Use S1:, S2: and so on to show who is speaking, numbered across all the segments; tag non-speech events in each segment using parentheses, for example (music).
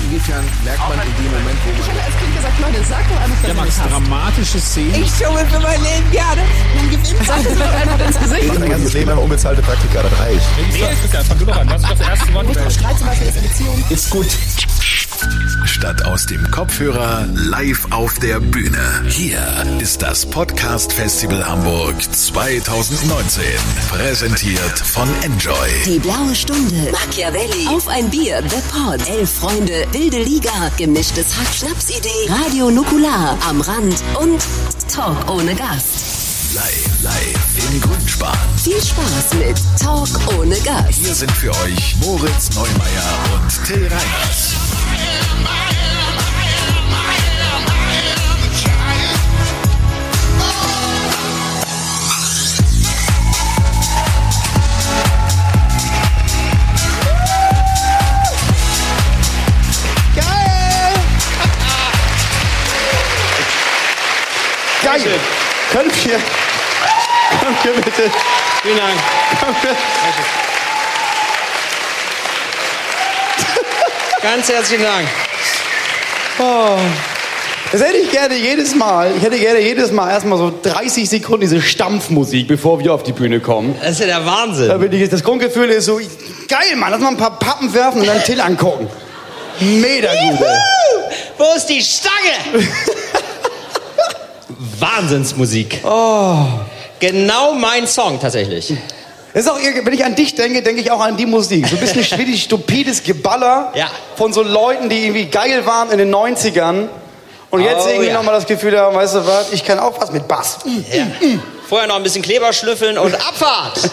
S1: Inwiefern merkt man in dem Moment, wo
S2: Ich
S1: man...
S2: habe als Kind gesagt, Leute, sag doch einfach, dass
S3: Ja,
S2: ihr
S3: Max,
S2: mich hasst.
S3: dramatische Szenen.
S2: Ich schummel für mein Leben gerne. Man gewinnt, sagt es doch einfach ins Gesicht.
S4: Mein ganzes Leben lang unbezahlte Praktika, das reicht.
S5: Nee, Christian, fang du doch an. Was ist das erste Wort?
S2: Streit zum Beispiel ist in Beziehung.
S4: Ist gut.
S6: Statt aus dem Kopfhörer live auf der Bühne. Hier ist das Podcast Festival Hamburg 2019. Präsentiert von Enjoy.
S7: Die blaue Stunde. Machiavelli. Auf ein Bier. The Pod. Elf Freunde. Wilde Liga. Gemischtes Hack. Schnapsidee. Radio Nukular. Am Rand. Und Talk ohne Gast.
S6: Live, live in Grünspan.
S7: Viel Spaß mit Talk ohne Gast.
S6: Hier sind für euch Moritz Neumeier und Till Reiners.
S4: Geil! Könnt ihr, könnt ihr bitte,
S3: Vielen Dank.
S4: könnt ihr,
S3: Ganz herzlichen Dank.
S4: Oh. das hätte ich gerne jedes Mal, ich hätte gerne jedes Mal erstmal so 30 Sekunden diese Stampfmusik, bevor wir auf die Bühne kommen.
S3: Das ist ja der
S4: Da
S3: Wahnsinn.
S4: bin ich, das Grundgefühl ist so, geil, Mann, lass mal ein paar Pappen werfen und dann Till angucken. Mega gut, ey.
S3: Wo ist
S4: (laughs)
S3: die Stange? Wahnsinnsmusik. Oh. Genau mein Song tatsächlich.
S4: Das ist auch, irre, wenn ich an dich denke, denke ich auch an die Musik. So ein
S3: (laughs)
S4: bisschen schwierig, stupides Geballer
S3: Ja.
S4: von so Leuten, die irgendwie geil waren in den 90ern. Und jetzt
S3: Oh,
S4: irgendwie
S3: ja.
S4: nochmal das Gefühl haben, weißt du was, ich kann auch was mit Bass.
S3: Ja. Vorher noch ein bisschen Kleber schnüffeln und Abfahrt.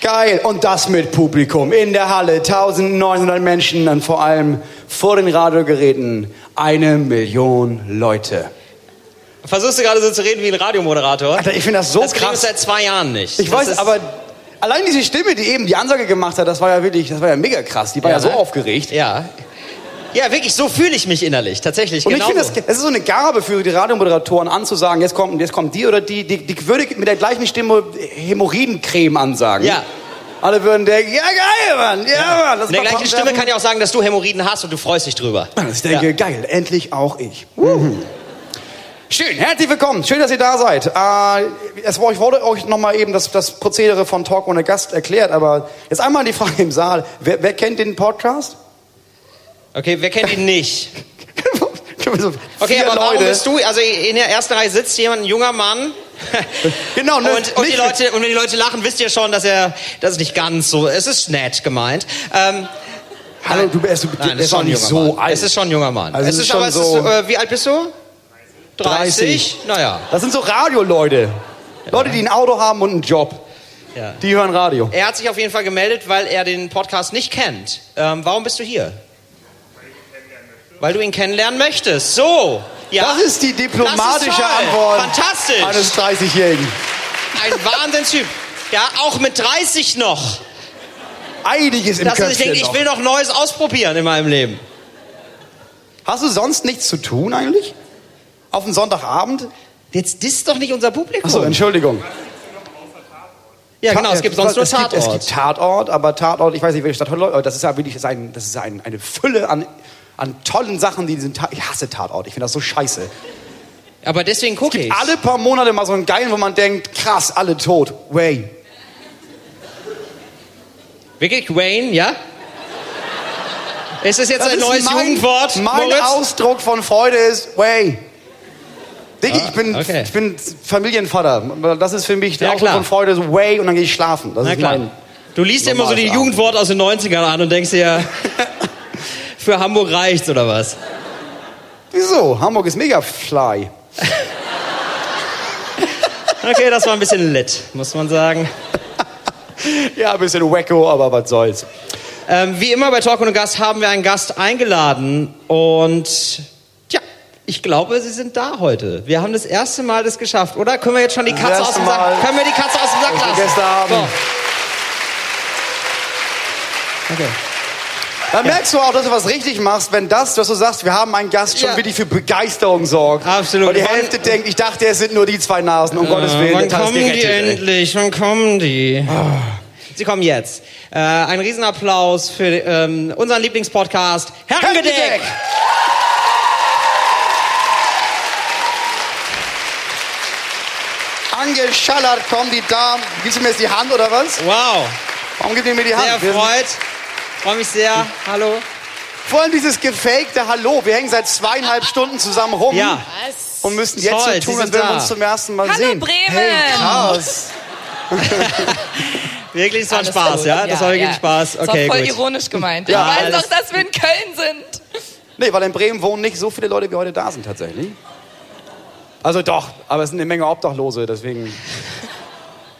S4: Geil. Und das mit Publikum in der Halle. 1900 Menschen und vor allem vor den Radiogeräten. Eine Million Leute.
S3: Versuchst du gerade so zu reden wie ein Radiomoderator?
S4: Alter, ich finde das so
S3: das kriegen wir
S4: krass.
S3: seit zwei Jahren nicht.
S4: Ich
S3: das
S4: weiß,
S3: ist-
S4: aber allein diese Stimme, die eben die Ansage gemacht hat, das war ja wirklich, das war ja mega krass. Die war ja, so
S3: ne?
S4: aufgeregt.
S3: Ja. Ja, wirklich, so fühle ich mich innerlich. Tatsächlich,
S4: Und
S3: genau.
S4: ich finde,
S3: so.
S4: das, das ist so eine Gabe für die Radiomoderatoren anzusagen, jetzt kommt, jetzt kommt die oder die, die, die würde mit der gleichen Stimme Hämorrhoidencreme ansagen.
S3: Ja.
S4: Alle würden denken, ja geil, Mann, ja, Mann. lass
S3: In
S4: mal
S3: der gleichen
S4: Pappen
S3: Stimme
S4: werfen.
S3: kann ja auch sagen, dass du Hämorrhoiden hast und du freust dich drüber.
S4: Ich denke,
S3: Ja.
S4: geil, endlich auch ich. Mhm. Schön, herzlich willkommen. Schön, dass ihr da seid. Äh, es, war- ich wollte euch nochmal eben das, das Prozedere von Talk ohne Gast erklärt, aber jetzt einmal die Frage im Saal. Wer, wer kennt den Podcast? (laughs)
S3: Okay, wer kennt ihn nicht? Okay,
S4: Vier
S3: aber warum
S4: Leute.
S3: bist du? Also in der ersten Reihe sitzt jemand, ein junger Mann.
S4: (laughs) Genau, ne,
S3: und, und, die
S4: nicht-
S3: Leute, und wenn die Leute lachen, wisst ihr schon, dass er das ist nicht ganz so. Es ist nett gemeint. Ähm,
S4: Hallo, du bist, du,
S3: nein,
S4: du
S3: es ist
S4: bist
S3: schon
S4: doch
S3: ein
S4: nicht
S3: junger
S4: so
S3: Mann.
S4: alt.
S3: Es ist schon ein junger Mann.
S4: Also
S3: es ist,
S4: schon
S3: aber es
S4: so.
S3: ist, äh, wie alt bist du? 30? Naja.
S4: das sind so Radioleute. Leute, die ein Auto haben und einen Job.
S3: Ja.
S4: Die hören Radio.
S3: Er hat sich auf jeden Fall gemeldet, weil er den Podcast nicht kennt. Ähm, warum bist du hier? Weil du ihn kennenlernen möchtest. So. Ja.
S4: Das ist die
S3: Das
S4: diplomatische
S3: ist toll.
S4: Antwort
S3: Fantastisch.
S4: eines 30-Jährigen.
S3: Ein Wahnsinnstyp. Ja, auch mit 30 noch.
S4: Einiges im
S3: Dass er sich
S4: Köpfchen
S3: denkt, ich
S4: noch.
S3: will noch Neues ausprobieren in meinem Leben.
S4: Hast du sonst nichts zu tun eigentlich? Auf einen Sonntagabend?
S3: Jetzt ist doch nicht unser Publikum.
S4: Achso, Entschuldigung.
S3: ja, genau, es gibt sonst nur
S4: es gibt- Es gibt
S3: Tatort.
S4: Tatort, aber Tatort, ich weiß nicht, welche Stadt. Leute, Das ist ja wirklich das ist ein, das ist ein, eine Fülle an, an tollen Sachen, die diesen Tatort. Ich hasse Tatort, ich finde das so scheiße.
S3: Aber deswegen gucke ich.
S4: Alle paar Monate mal so einen geilen, wo man denkt, krass, alle tot. Way.
S3: Wirklich, Wayne, ja? Ist das jetzt ein
S4: ist
S3: neues
S4: mein,
S3: Jugendwort?
S4: Mein
S3: Moritz?
S4: Ausdruck von Freude ist Way. Diggi,
S3: Ah,
S4: ich, bin,
S3: okay.
S4: ich bin Familienvater. Das ist für mich der
S3: Ja,
S4: Ausdruck
S3: klar.
S4: von Freude, so Way, und dann gehe ich schlafen. Das
S3: Na
S4: ist
S3: klar.
S4: mein.
S3: Du liest immer so die
S4: normales
S3: Jugendworte aus den 90ern an und
S4: (laughs)
S3: denkst dir, für Hamburg reicht's oder was?
S4: Wieso? Hamburg ist mega fly.
S3: Okay, das war ein bisschen lit, muss man sagen.
S4: Ja, ein bisschen wacko, aber was soll's.
S3: Ähm, wie immer bei Talk und Gast haben wir einen Gast eingeladen und tja, ich glaube, sie sind da heute. Wir haben das erste Mal das geschafft, oder? Können wir jetzt schon die Katze
S4: Das
S3: aus dem
S4: Mal,
S3: Sack? Können wir die Katze aus dem Sack
S4: was wir
S3: lassen?
S4: gestern Abend-
S3: So. Okay.
S4: Dann merkst du auch, dass du was richtig machst, wenn das, was du sagst, wir haben einen Gast, schon
S3: Ja.
S4: wirklich für Begeisterung sorgt.
S3: Absolut.
S4: Und die
S3: Wann-
S4: Hälfte denkt, ich dachte, es sind nur die zwei Nasen, um Gottes
S3: Äh,
S4: Willen.
S3: wann
S4: der Tag ist
S3: kommen die
S4: gerettet, ey. Ah.
S3: endlich? Wann kommen die? Sie kommen jetzt. Äh, ein Riesenapplaus für ähm, unseren Lieblingspodcast, Herrengedeck!
S4: Herrengedeck! Angeschallert kommen die Damen. Gibst du mir jetzt die Hand oder was?
S3: Wow,
S4: Warum gibt ihr mir die Hand?
S3: sehr
S4: Wir sind-
S3: erfreut. Freue mich sehr. Hallo.
S4: Vor allem dieses gefakte Hallo. Wir hängen seit zweieinhalb Stunden zusammen rum
S3: Ja.
S4: und müssen jetzt
S3: Toll,
S4: so
S3: Sie
S4: tun, als würden
S3: sind
S4: wir
S3: da.
S4: uns zum ersten Mal
S8: Hallo,
S4: sehen.
S8: Bremen!
S4: Hey, krass.
S3: Wirklich, es war ein
S8: Alles
S3: Spaß,
S8: gut.
S3: ja? Das war wirklich ein Spaß.
S8: das war
S3: Okay,
S8: voll
S3: gut.
S8: ironisch gemeint.
S4: Ja,
S8: ich weiß
S3: alles-
S8: doch, dass wir in Köln sind.
S4: Nee, weil in Bremen wohnen nicht so viele Leute, wie heute da sind tatsächlich. Also doch, aber es sind eine Menge Obdachlose, deswegen.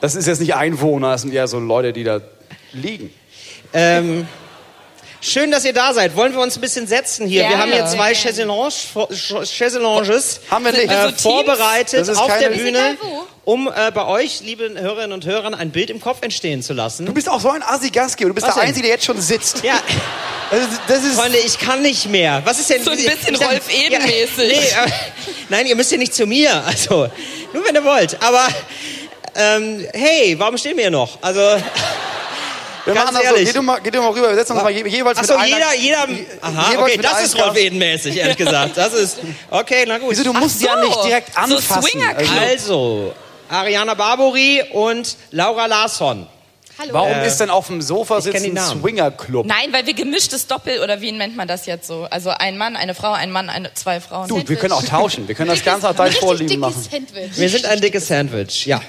S4: Das ist jetzt nicht Einwohner, das sind eher so Leute, die da liegen.
S3: Ähm, schön, dass ihr da seid. Wollen wir uns ein bisschen setzen hier? Wir
S8: Gerne.
S3: haben hier zwei
S8: Sehr
S3: Chaiselonges Chaiselanges,
S4: Haben wir nicht. Also
S3: äh,
S8: Teams?
S3: vorbereitet
S4: Das ist
S3: auf
S4: keine-
S3: der
S4: Ist
S3: Bühne,
S8: egal wo.
S3: um äh, bei euch, lieben Hörerinnen und Hörern, ein Bild im Kopf entstehen zu lassen.
S4: Du bist auch so ein Assi-Gastgeber, du bist
S3: Was
S4: der
S3: denn?
S4: Einzige, der jetzt schon sitzt.
S3: Ja,
S4: Also, das ist.
S3: Freunde, ich kann nicht mehr. Was ist denn
S8: So ein bisschen
S3: Ich sag-
S8: Rolf Eden-mäßig.
S3: nee, aber- nein, ihr müsst ja nicht zu mir. Also nur wenn ihr wollt. Aber ähm, hey, warum stehen wir hier noch? Also
S4: wir
S3: ganz
S4: machen das so.
S3: ehrlich.
S4: Geh du, mal, geh du mal rüber, wir setzen uns mal je, jeweils
S3: Achso,
S4: mit einer-
S3: jeder, jeder. Aha,
S4: jeweils
S3: okay,
S4: mit
S3: das
S4: einem
S3: ist Rolf
S4: Gast.
S3: Eden-mäßig, ehrlich gesagt. Das ist. Okay, na gut.
S4: Wieso, du
S8: Ach
S4: musst ja
S8: so.
S4: nicht direkt
S8: So
S4: anfassen.
S8: Swinger-
S4: also,
S3: Also, Ariana Barbori und Laura Larsson.
S4: warum ist denn auf dem Sofa
S3: kenn die
S4: sitzen ein
S3: Namen.
S4: Swinger-Club?
S8: Nein, weil wir gemischtes Doppel oder wie nennt man das jetzt so? Also ein Mann, eine Frau, ein Mann, eine, zwei Frauen.
S4: Du, wir können auch tauschen. Wir können das Ganze nach
S9: Dickes-
S4: deinen
S9: richtig
S4: Vorlieben
S9: dickes
S4: machen.
S9: Sandwich.
S3: Wir sind ein dickes Sandwich, ja.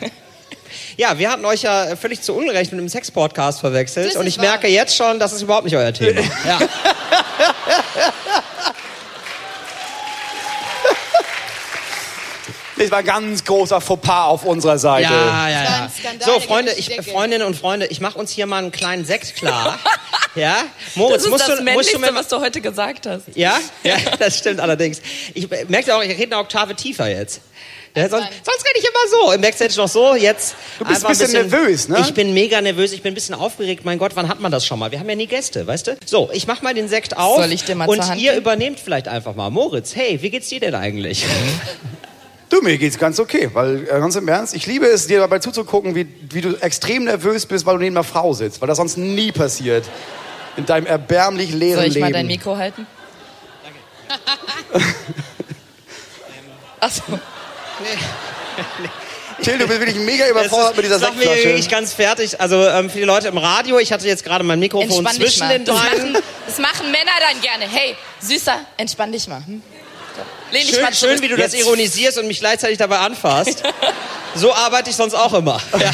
S3: Ja, wir hatten euch ja völlig zu Unrecht mit einem Sex-Podcast verwechselt
S9: Das ist
S3: und ich
S9: wahr.
S3: merke jetzt schon, das ist überhaupt nicht euer Thema. Ja.
S4: Das war ein ganz großer Fauxpas auf unserer Seite.
S3: Ja, ja,
S9: Das war
S3: ja.
S9: ein Skandal,
S3: So,
S9: der
S3: Freunde,
S9: geht durch
S3: ich,
S9: die Decke.
S3: Freundinnen und Freunde, ich mache uns hier mal einen kleinen Sekt (laughs) klar.
S8: (laughs)
S3: Ja, Moritz,
S8: das ist
S3: musst
S8: das
S3: du, musst
S8: Männlichste,
S3: du mir
S8: was du heute gesagt hast.
S3: Ja, ja, (laughs) das stimmt allerdings. Ich merke auch, ich rede eine Oktave tiefer jetzt. Ja, sonst, sonst rede ich immer so. Im Backstage noch so, jetzt. Du
S4: bist ein bisschen nervös, ne?
S3: Ich bin mega nervös, ich bin ein bisschen aufgeregt. Mein Gott, wann hat man das schon mal? Wir haben ja nie Gäste, weißt du? So, ich mach mal den Sekt auf.
S8: Soll ich dir mal
S3: Und
S8: zur Hand
S3: ihr
S8: geben?
S3: übernehmt vielleicht einfach mal. Moritz, hey, wie geht's dir denn eigentlich?
S4: Du, mir geht's ganz okay, weil äh, ganz im Ernst, ich liebe es, dir dabei zuzugucken, wie, wie du extrem nervös bist, weil du neben einer Frau sitzt, weil das sonst nie passiert. In deinem erbärmlich leeren
S8: Soll ich
S4: Leben.
S8: mal dein Mikro halten?
S3: (laughs)
S8: Danke. Achso.
S4: Till, du bist wirklich mega
S3: Das
S4: überfordert
S3: ist-
S4: mit dieser
S3: sag mir wirklich
S4: Sektflasche.
S3: ganz fertig. Also ähm, für die Leute im Radio, ich hatte jetzt gerade mein Mikrofon
S8: Entspann dich
S3: zwischen
S8: mal.
S3: den
S8: Das machen,
S3: Beinen.
S8: das machen Männer dann gerne. Hey, Süßer, entspann dich mal. Hm? Lehn dich mal
S3: Schön,
S8: zurück.
S3: schön, wie du das ironisierst und mich gleichzeitig dabei
S8: (laughs)
S3: anfasst. so arbeite ich sonst auch immer. Ja.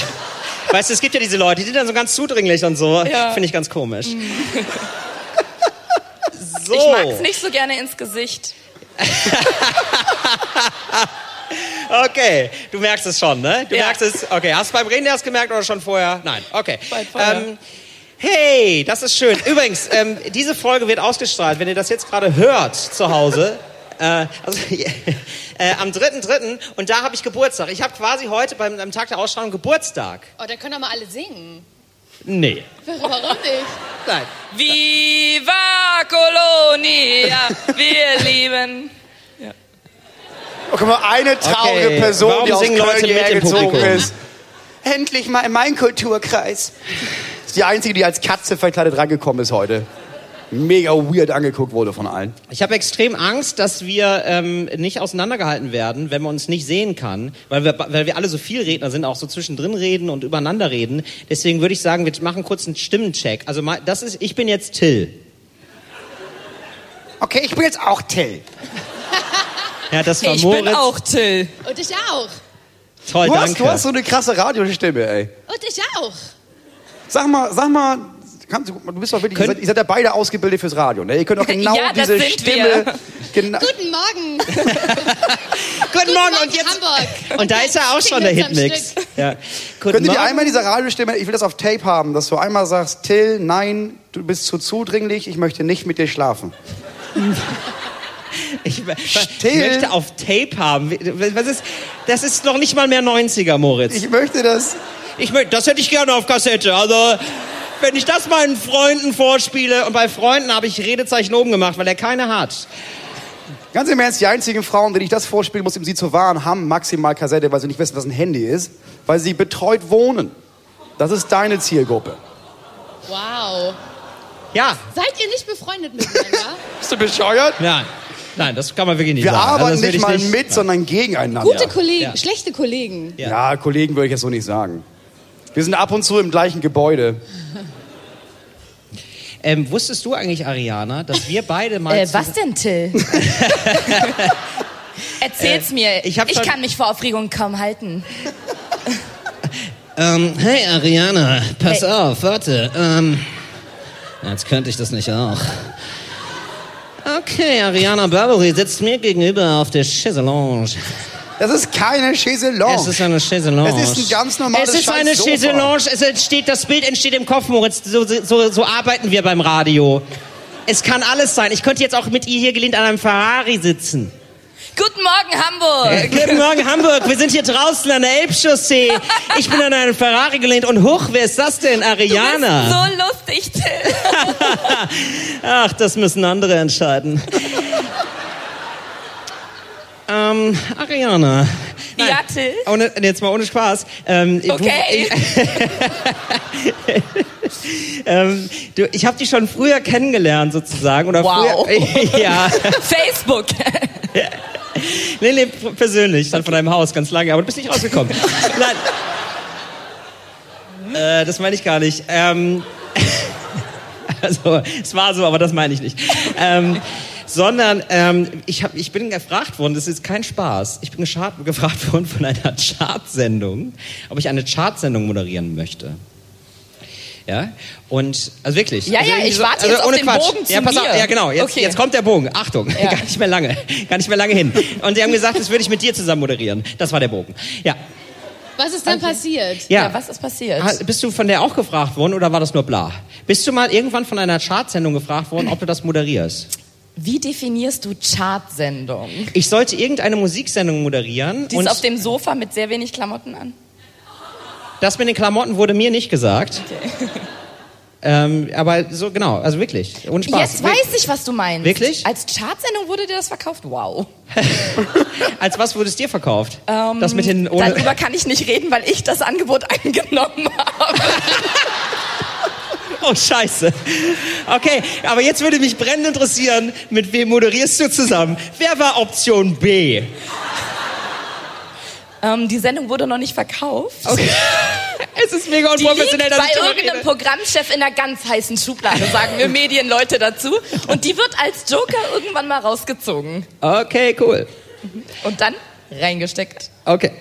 S3: Weißt du, es gibt ja diese Leute, die sind dann so ganz zudringlich und so.
S8: Ja. Mhm.
S3: Finde ich ganz komisch. (laughs) so.
S8: Ich mag's nicht so gerne ins Gesicht.
S3: Okay, du merkst es schon, ne? Du
S8: Ja.
S3: merkst es. Okay, hast du beim Reden erst gemerkt oder schon vorher? Nein, okay.
S8: Bald vorher.
S3: Ähm, hey, das ist schön. Übrigens, ähm, diese Folge wird ausgestrahlt, wenn ihr das jetzt gerade hört zu
S8: (laughs)
S3: Hause. Äh, also, (laughs) äh, am 3.3. und da habe ich Geburtstag. Ich habe quasi heute beim, am Tag der Ausstrahlung Geburtstag.
S9: Oh, da können doch mal alle singen.
S8: (laughs)
S3: Nee.
S9: Warum nicht?
S3: Nein.
S8: Viva Colonia, (laughs) wir lieben.
S4: Oh, guck mal, eine traurige
S3: Okay,
S4: Person,
S3: warum
S4: die aus
S3: singen
S4: Köln
S3: Leute mit im
S4: hierher gezogen
S3: Publikum?
S4: ist. Endlich mal in meinen Kulturkreis. Ist die einzige, die als Katze verkleidet rangekommen ist heute. Mega weird angeguckt wurde von allen.
S3: Ich habe extrem Angst, dass wir ähm, nicht auseinandergehalten werden, wenn man uns nicht sehen kann, weil wir, weil wir alle so viel Redner sind, auch so zwischendrin reden und übereinander reden. Deswegen würde ich sagen, wir machen kurz einen Stimmencheck. Also mal- das ist, ich bin jetzt Till.
S4: Okay, ich bin jetzt auch Till.
S3: Ja, das war
S8: Ich
S3: Moritz.
S8: bin auch Till.
S9: Und ich auch.
S3: Toll,
S4: Du hast,
S3: Ah, danke.
S4: du hast so eine krasse Radiostimme, ey.
S9: Und ich auch.
S4: Sag mal, sag mal, kannst du, du bist doch wirklich, ihr
S3: Können-
S4: seid, ihr seid ja beide ausgebildet fürs Radio, ne? Ihr
S3: (laughs)
S4: könnt doch genau
S8: Ja, das
S4: diese
S8: sind
S4: Stimme.
S8: wir.
S4: Genau,
S9: Guten Morgen.
S3: Guten Morgen und jetzt (laughs)
S9: Hamburg.
S3: und da ist er auch schon der
S9: Klingelt's am
S3: Hitmix.
S9: Stück.
S3: Ja. Guten
S4: könnt ihr dir
S3: Morgen.
S4: einmal diese Radiostimme, ich will das auf Tape haben, dass du einmal sagst, Till, nein, du bist zu zudringlich, ich möchte nicht mit dir schlafen.
S3: Ich, ich
S4: Still.
S3: möchte auf Tape haben. Was ist, das ist noch nicht mal mehr 90er, Moritz.
S4: Ich möchte das.
S3: Ich möchte, das hätte ich gerne auf Kassette. Also, wenn ich das meinen Freunden vorspiele, und bei Freunden habe ich Redezeichen oben gemacht, weil er keine hat.
S4: Ganz im Ernst, die einzigen Frauen, denen ich das vorspielen muss, um sie zu wahren, haben maximal Kassette, weil sie nicht wissen, was ein Handy ist, weil sie betreut wohnen. Das ist deine Zielgruppe.
S9: Wow.
S3: Ja.
S9: Seid ihr nicht
S3: (laughs)
S9: befreundet miteinander?
S4: Bist du bescheuert?
S3: Nein. Nein, das kann man wirklich nicht
S4: Wir
S3: sagen.
S4: arbeiten
S3: Also das will
S4: nicht
S3: ich
S4: mal mit, sondern gegeneinander.
S9: Gute Kollegen,
S3: Ja.
S9: schlechte Kollegen.
S4: Ja, Kollegen würde ich jetzt so nicht sagen. Wir sind ab und zu im gleichen Gebäude.
S3: Ähm, wusstest du eigentlich, Ariana, dass wir beide mal...
S8: Äh,
S3: zu-
S8: was denn, (laughs) Till? Erzähl's mir.
S3: ich
S8: Äh, Ich,
S3: hab schon-
S8: kann mich vor Aufregung kaum halten.
S3: Ähm, hey, Ariana, pass
S8: Hey.
S3: auf, warte. Ähm, jetzt könnte ich das nicht auch. Okay, Ariana Barbary sitzt mir gegenüber auf der Chaiselange.
S4: Das ist keine Chaiselange.
S3: Es ist eine Chaiselange.
S4: Oh. Es ist ein ganz normales
S3: Es ist
S4: scheiß
S3: eine
S4: Sofa.
S3: Chaiselange. Es entsteht, das Bild entsteht im Kopf, Moritz. So, so, so arbeiten wir beim Radio. Es kann alles sein. Ich könnte jetzt auch mit ihr hier gelehnt an einem Ferrari sitzen.
S8: Guten Äh, Morgen,
S4: (laughs)
S8: Hamburg.
S3: Guten Morgen, Hamburg. Wir sind hier draußen an der Elbchaussee. Ich bin an einen Ferrari gelehnt. Und hoch, wer ist das denn? Ariana.
S8: Du bist so lustig, Till.
S3: Ach, das müssen andere entscheiden. ähm, Ariana.
S8: Ja, Till.
S3: Ohne, jetzt mal ohne Spaß. Ähm, du-
S8: Okay. (laughs)
S3: ich ähm, du, ich habe dich schon früher kennengelernt sozusagen. Oder
S8: Wow.
S3: Früher, (laughs) ja.
S8: Facebook.
S3: Nee, nee, persönlich. Stand von deinem Haus ganz lange, aber du bist nicht rausgekommen. Nein. Äh, das meine ich gar nicht. Ähm, (laughs) also, es war so, aber das meine ich nicht. Ähm, sondern ähm, ich, hab, ich bin gefragt worden, das ist kein Spaß, ich bin geschart, gefragt worden von einer Chartsendung, ob ich eine Chartsendung moderieren möchte. Ja, und, also wirklich.
S8: Ja,
S3: also
S8: ja,
S3: irgendwie
S8: ich warte jetzt auf
S3: ohne
S8: den Bogen zu
S3: ja, pass Auf,
S8: mir.
S3: ja, genau, jetzt,
S8: Okay.
S3: jetzt kommt der Bogen. Achtung,
S8: Ja.
S3: (laughs) gar nicht mehr lange, gar nicht mehr lange hin. Und sie haben gesagt, das würde ich mit dir zusammen moderieren. Das war der Bogen. Ja,
S9: Was ist denn passiert?
S3: ja.
S8: was ist passiert?
S3: Ha- Bist du von der auch gefragt worden oder war das nur bla? Bist du mal irgendwann von einer Chartsendung gefragt worden, ob du das moderierst?
S8: Wie definierst du Chartsendung?
S3: Ich sollte irgendeine Musiksendung moderieren
S8: Die
S3: und
S8: ist auf dem Sofa mit sehr wenig Klamotten an.
S3: das mit den Klamotten wurde mir nicht gesagt. (laughs) Ähm, aber so genau, also wirklich. Und Spaß.
S8: Jetzt weiß ich, was du meinst.
S3: Wirklich?
S8: Als Chartsendung wurde dir das verkauft? Wow.
S3: (laughs) Als was wurde es dir verkauft?
S8: Ähm,
S3: das mit den
S8: Darüber kann ich nicht reden, weil ich das Angebot (laughs) angenommen habe.
S3: (laughs) Oh Scheiße. Okay, aber jetzt würde mich brennend interessieren, mit wem moderierst du zusammen? Wer war Option B?
S8: ähm, die Sendung wurde noch nicht verkauft.
S3: Es ist mega
S8: Die liegt
S3: unprofessionell, dass
S8: bei
S3: ich darüber
S8: irgendeinem
S3: rede.
S8: Programmchef in einer ganz heißen Schublade, sagen wir Medienleute dazu. Und die wird als Joker irgendwann mal rausgezogen.
S3: Okay, cool.
S8: Und dann reingesteckt.
S3: Okay.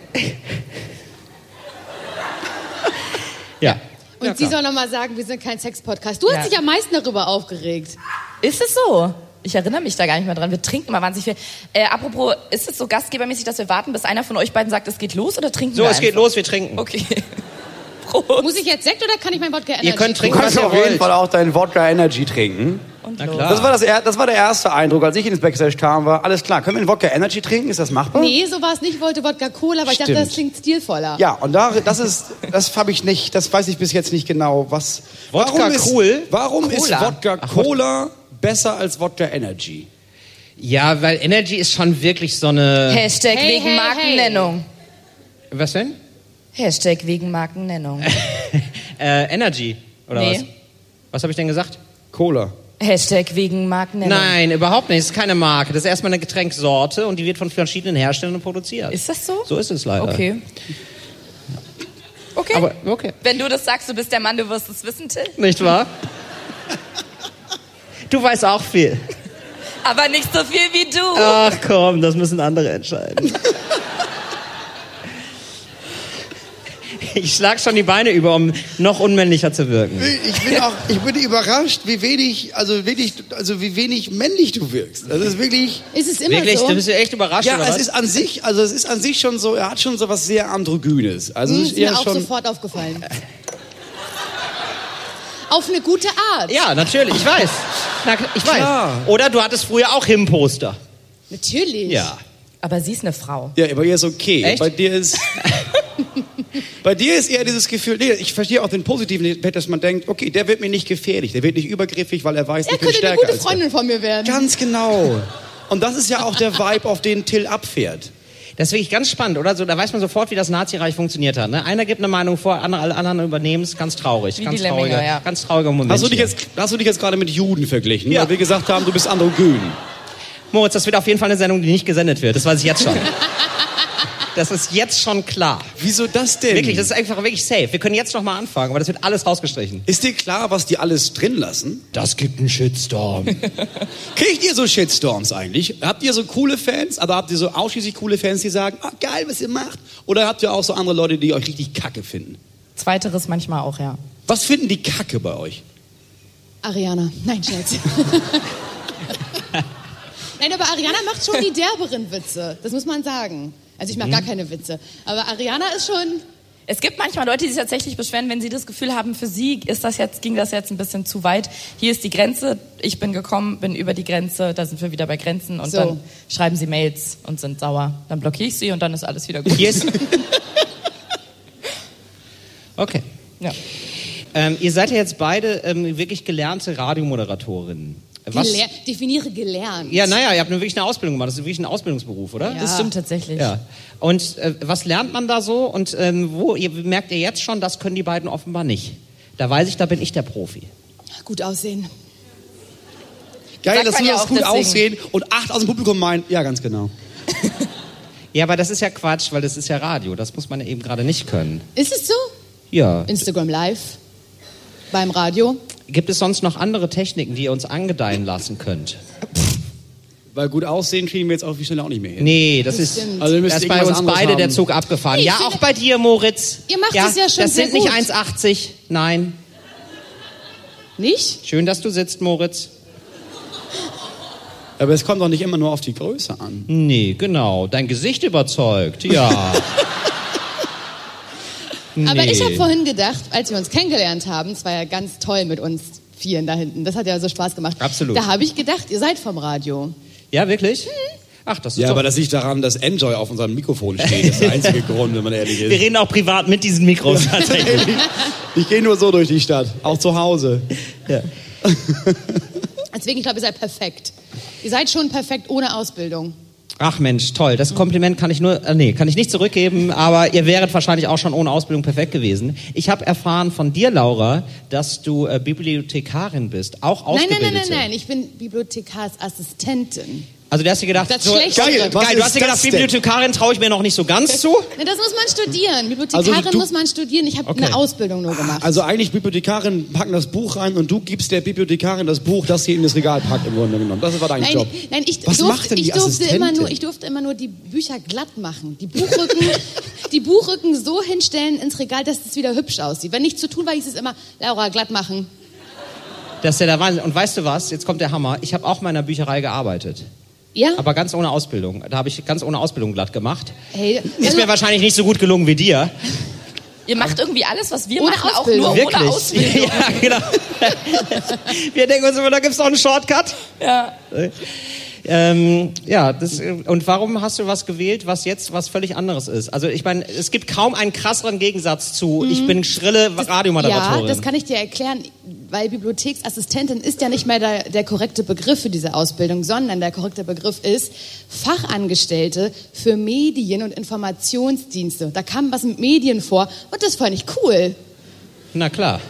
S3: ja.
S9: Und sie soll nochmal sagen, wir sind kein Sex-Podcast. Du hast
S8: Ja.
S9: dich am meisten darüber aufgeregt.
S8: Ist es so? Ich erinnere mich da gar nicht mehr dran. Wir trinken mal wahnsinnig viel. Äh, apropos, ist es so gastgebermäßig, dass wir warten, bis einer von euch beiden sagt, es geht los oder trinken
S3: So,
S8: wir
S3: es geht
S8: einfach?
S3: los, wir trinken.
S8: Okay. (laughs) Prost.
S9: Muss ich jetzt Sekt oder kann ich mein Wodka ändern?
S3: Ihr könnt
S4: Du
S3: trinken, was
S4: kannst
S3: ihr
S4: auf jeden
S3: wollt.
S4: Fall auch deinen Wodka Energy trinken.
S8: Und
S3: Na
S8: los.
S3: klar.
S4: Das, war das, er- das war der erste Eindruck, als ich ins Backstage kam, war alles klar. Können wir einen Wodka Energy trinken? Ist das machbar?
S9: Nee, so war es nicht. Ich wollte Wodka Cola, aber ich dachte,
S4: Stimmt.
S9: das klingt stilvoller.
S4: Ja, und da, das ist, das habe ich nicht, das weiß ich bis jetzt nicht genau, was.
S3: Wodka
S4: warum ist,
S3: cool?
S4: Warum ist
S8: Cola.
S4: Wodka Cola besser als Wodka Energy?
S3: Ja, weil Energy ist schon wirklich so eine.
S8: Hashtag
S9: Hey,
S8: wegen
S9: hey,
S8: Markennennung.
S3: Was denn?
S8: Hashtag wegen Markennennung.
S3: äh, Energy, oder
S8: Nee.
S3: was? Was habe ich denn gesagt?
S4: Cola.
S8: Hashtag wegen Markennennung.
S3: Nein, überhaupt nicht. Es ist keine Marke. Das ist erstmal eine Getränksorte und die wird von verschiedenen Herstellern produziert.
S8: Ist das so?
S3: So ist es leider.
S8: Okay. Okay.
S3: Aber, okay.
S8: Wenn du das sagst, du bist der Mann, du wirst es wissen, Till.
S3: Nicht wahr? Du weißt auch viel.
S8: Aber nicht so viel wie du.
S3: Ach komm, das müssen andere entscheiden. Ich schlag schon die Beine über, um noch unmännlicher zu wirken.
S10: Ich bin auch, ich bin überrascht, wie wenig, also wirklich, also wie wenig männlich du wirkst. Das ist wirklich,
S9: Ist es immer
S3: Wirklich?
S9: so?
S3: Du bist ja echt überrascht,
S4: Ja,
S3: oder
S4: es
S3: was?
S4: ist an sich, also es ist an sich schon so, er hat schon so was sehr androgynes. Also
S9: Hm,
S4: es
S9: ist
S4: ist
S9: mir
S4: eher
S9: auch
S4: schon.
S9: sofort aufgefallen. Auf eine gute Art.
S3: ja, natürlich, ich weiß. Na, ich weiß.
S4: Klar.
S3: Oder du hattest früher auch Him-Poster.
S9: Natürlich.
S3: Ja.
S8: Aber sie ist eine Frau.
S4: Ja, bei ihr ist okay.
S3: Echt?
S4: Bei dir ist. bei dir ist eher dieses Gefühl, nee, ich verstehe auch den positiven Effekt, dass man denkt, okay, der wird mir nicht gefährlich, der wird nicht übergriffig, weil er weiß,
S9: Er
S4: ich bin
S9: könnte
S4: stärker
S9: eine gute
S4: als der.
S9: Freundin von mir werden.
S4: Ganz genau. Und das ist ja auch der Vibe, auf den Till abfährt.
S3: Das ist wirklich ganz spannend, oder? So, da weiß man sofort, wie das Nazireich funktioniert hat. Ne? Einer gibt eine Meinung vor, andere, alle anderen übernehmen es. Ganz traurig.
S8: Wie
S3: ganz
S8: die Lemminge,
S3: trauriger,
S8: ja.
S3: ganz trauriger Moment.
S4: Hast du dich
S3: hier.
S4: jetzt, hast du dich jetzt gerade mit Juden verglichen,
S3: Ja.
S4: weil wir gesagt haben, du bist androgyn.
S3: Moritz, das wird auf jeden Fall eine Sendung, die nicht gesendet wird. Das weiß ich jetzt schon. Das ist jetzt schon klar.
S4: Wieso das denn?
S3: Wirklich, das ist einfach wirklich safe. Wir können jetzt noch mal anfangen, aber das wird alles rausgestrichen.
S4: Ist dir klar, was die alles drin lassen?
S3: Das gibt einen Shitstorm.
S4: (laughs) Kriegt ihr so Shitstorms eigentlich? Habt ihr so coole Fans, aber habt ihr so ausschließlich coole Fans, die sagen, ah, geil, was ihr macht? Oder habt ihr auch so andere Leute, die euch richtig kacke finden?
S8: Zweiteres manchmal auch, ja.
S4: Was finden die kacke bei euch?
S9: Ariana. Nein, Scherz. Nein, aber Ariana macht schon die derberen Witze. Das muss man sagen. Also ich mache gar keine Witze. Aber Ariana ist schon...
S8: Es gibt manchmal Leute, die sich tatsächlich beschweren, wenn sie das Gefühl haben, für sie ist das jetzt, ging das jetzt ein bisschen zu weit. Hier ist die Grenze, ich bin gekommen, bin über die Grenze, da sind wir wieder bei Grenzen und
S9: So.
S8: dann schreiben sie Mails und sind sauer. Dann blockiere ich sie und dann ist alles wieder gut.
S3: Hier ist- (laughs) Okay.
S8: Ja.
S3: Ähm, ihr seid ja jetzt beide ähm, wirklich gelernte Radiomoderatorinnen. Was?
S9: Gelehr definiere gelernt.
S3: Ja, naja, ihr habt nun wirklich eine Ausbildung gemacht. Das ist wirklich ein Ausbildungsberuf, oder?
S9: Ja. Das stimmt
S8: tatsächlich.
S3: Ah. Ja. Und äh, was lernt man da so? Und ähm, wo ihr, merkt ihr jetzt schon, das können die beiden offenbar nicht. Da weiß ich, da bin ich der Profi.
S9: Gut aussehen.
S4: Geil,
S9: Sagt
S4: dass
S9: man
S4: wir
S9: ja
S4: das
S9: auch
S4: gut
S9: deswegen.
S4: aussehen und acht aus dem Publikum meinen, ja, ganz genau.
S3: (laughs) Ja, aber das ist ja Quatsch, weil das ist ja Radio. Das muss man ja eben gerade nicht können.
S9: Ist es so?
S3: Ja.
S9: Instagram Live. Beim Radio.
S3: Gibt es sonst noch andere Techniken, die ihr uns angedeihen lassen könnt?
S4: Weil gut aussehen kriegen wir jetzt auch wie schnell auch nicht mehr hin.
S3: Nee, das,
S9: Das
S3: ist,
S9: stimmt.
S4: Also wir müssen
S3: das ist bei
S4: irgendwas
S3: uns
S4: anderes
S3: beide der
S4: haben.
S3: Zug abgefahren.
S9: Ich
S3: ja,
S9: finde-
S3: auch bei dir, Moritz.
S9: Ihr macht es ja schon
S3: Das
S9: sehr
S3: sind nicht
S9: gut.
S3: 1,80. Nein.
S9: Nicht?
S3: Schön, dass du sitzt, Moritz.
S4: Aber es kommt doch nicht immer nur auf die Größe an.
S3: Nee, genau. Dein Gesicht überzeugt, ja.
S9: (laughs) Aber
S3: Nee.
S9: ich habe vorhin gedacht, als wir uns kennengelernt haben, es war ja ganz toll mit uns Vieren da hinten. Das hat ja so Spaß gemacht.
S3: Absolut.
S9: Da habe ich gedacht, ihr seid vom Radio.
S3: Ja, wirklich?
S9: Mhm.
S3: Ach, das ist
S4: Ja,
S3: doch...
S4: aber das liegt daran, dass Enjoy auf unserem Mikrofon steht. Das ist der
S3: (laughs)
S4: einzige Grund, wenn man ehrlich
S3: Wir
S4: ist.
S3: reden auch privat mit
S4: (laughs)
S3: diesen Mikros tatsächlich.
S4: Ich gehe nur so durch die Stadt, auch zu Hause.
S9: Deswegen, ich glaube, ihr seid perfekt. Ihr seid schon perfekt ohne Ausbildung.
S3: Ach Mensch, toll. Das Kompliment kann ich nur, äh, nee, kann ich nicht zurückgeben, aber ihr wäret wahrscheinlich auch schon ohne Ausbildung perfekt gewesen. Ich habe erfahren von dir, Laura, dass du äh, Bibliothekarin bist, auch
S9: Nein, nein,
S3: ausgebildete.
S9: nein, nein, nein. Ich bin Bibliothekarsassistentin.
S3: Also du hast dir gedacht,
S9: Das
S3: so,
S9: Schlechtere.
S3: geil,
S4: Was
S3: geil, du
S4: ist
S3: hast dir gedacht,
S4: das denn?
S3: Bibliothekarin traue ich mir noch nicht so ganz
S9: (laughs)
S3: zu.
S9: Na, das muss man studieren. Bibliothekarin
S4: Also du-
S9: muss man studieren. Ich habe eine Ausbildung nur gemacht.
S4: Also eigentlich Bibliothekarin packen das Buch rein und du gibst der Bibliothekarin das Buch, das sie in das Regal packt im Grunde genommen. Das war dein
S9: Nein,
S4: Job.
S9: nein, ich,
S4: Was
S9: durfte,
S4: macht denn die
S9: ich, durfte
S4: Assistentin?
S9: immer nur, ich durfte immer nur die Bücher glatt machen. Die Buchrücken,
S4: (laughs)
S9: die Buchrücken so hinstellen ins Regal, dass es wieder hübsch aussieht. Wenn nichts zu tun war, hieß es immer, Laura, glatt machen.
S3: Das ist ja der Wahnsinn. Und weißt du was? Jetzt kommt der Hammer. Ich habe auch mal in einer Bücherei gearbeitet.
S9: Ja?
S3: Aber ganz ohne Ausbildung. Da habe ich ganz ohne Ausbildung glatt gemacht.
S9: hey, also-
S3: Ist mir wahrscheinlich nicht so gut gelungen wie dir.
S8: Ihr macht irgendwie alles, was wir
S9: Ohne
S8: machen,
S9: Ausbildung.
S8: auch nur
S3: Wirklich.
S8: ohne Ausbildung.
S3: (laughs) Ja,
S9: (laughs)
S3: genau. Wir denken uns immer, da gibt's doch einen Shortcut.
S8: Ja.
S3: Ähm, ja, das, äh, und warum hast du was gewählt, was jetzt was völlig anderes ist? Also ich meine, es gibt kaum einen krasseren Gegensatz zu, ich bin schrille Radiomoderatorin.
S9: Mhm. Ja, das kann ich dir erklären, weil Bibliotheksassistentin ist ja nicht mehr der, der korrekte Begriff für diese Ausbildung, sondern der korrekte Begriff ist Fachangestellte für Medien- und Informationsdienste. Da kam was mit Medien vor und das fand ich cool.
S3: Na klar.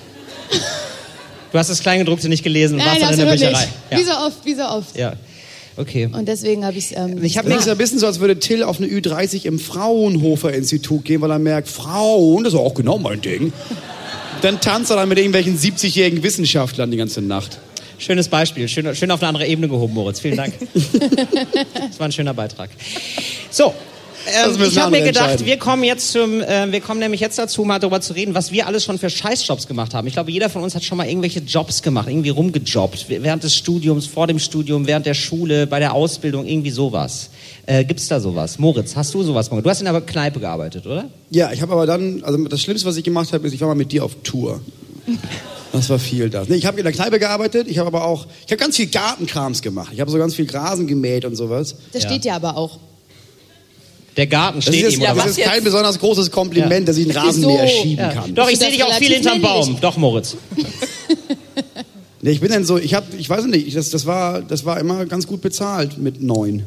S3: Du hast das Kleingedruckte nicht gelesen und warst dann in der
S9: absolut
S3: Bücherei. Ja.
S9: Wie so oft, wie so oft.
S3: ja. Okay.
S9: Und deswegen habe ich ähm,
S4: Ich habe nichts ein bisschen so, als würde Till auf eine Ü30 im Fraunhofer Institut gehen, weil er merkt, Frauen, das ist auch genau mein Ding. Dann tanzt er dann mit irgendwelchen 70-jährigen Wissenschaftlern die ganze Nacht.
S3: Schönes Beispiel. Schön, schön auf eine andere Ebene gehoben, Moritz. Vielen
S9: (laughs)
S3: Dank. das war ein schöner Beitrag. So.
S4: Das
S3: Ähm,
S4: müssen
S3: ich habe mir
S4: andere
S3: gedacht,
S4: entscheiden.
S3: wir kommen jetzt zum, äh, wir kommen nämlich jetzt dazu, mal darüber zu reden, was wir alles schon für Scheißjobs gemacht haben. Ich glaube, jeder von uns hat schon mal irgendwelche Jobs gemacht, irgendwie rumgejobbt, während des Studiums, vor dem Studium, während der Schule, bei der Ausbildung, irgendwie sowas. Äh, gibt's da sowas? Moritz, hast du sowas gemacht? Du hast in der Kneipe gearbeitet, oder?
S4: Ja, ich habe aber dann, also das Schlimmste, was ich gemacht habe, ist, ich war mal mit dir auf Tour. Das war viel das. Nee, ich habe in der Kneipe gearbeitet, ich habe aber auch, ich habe ganz viel Gartenkrams gemacht. Ich habe so ganz viel Grasen gemäht und sowas.
S9: das steht ja aber auch. (laughs)
S3: Der Garten
S4: Das ist
S3: steht
S4: jetzt,
S3: ihm oder
S4: das
S3: was?
S4: ist kein besonders großes Kompliment, dass ich einen Rasenmäher schieben kann.
S3: Doch, ich sehe
S9: Das ist
S3: dich auch viel
S9: relativ
S3: hinterm Baum.
S9: männlich.
S3: Doch, Moritz.
S4: Nee, ich bin dann so, ich Hm. habe, ich weiß nicht, ich, das, das war, das war immer ganz gut bezahlt mit neun.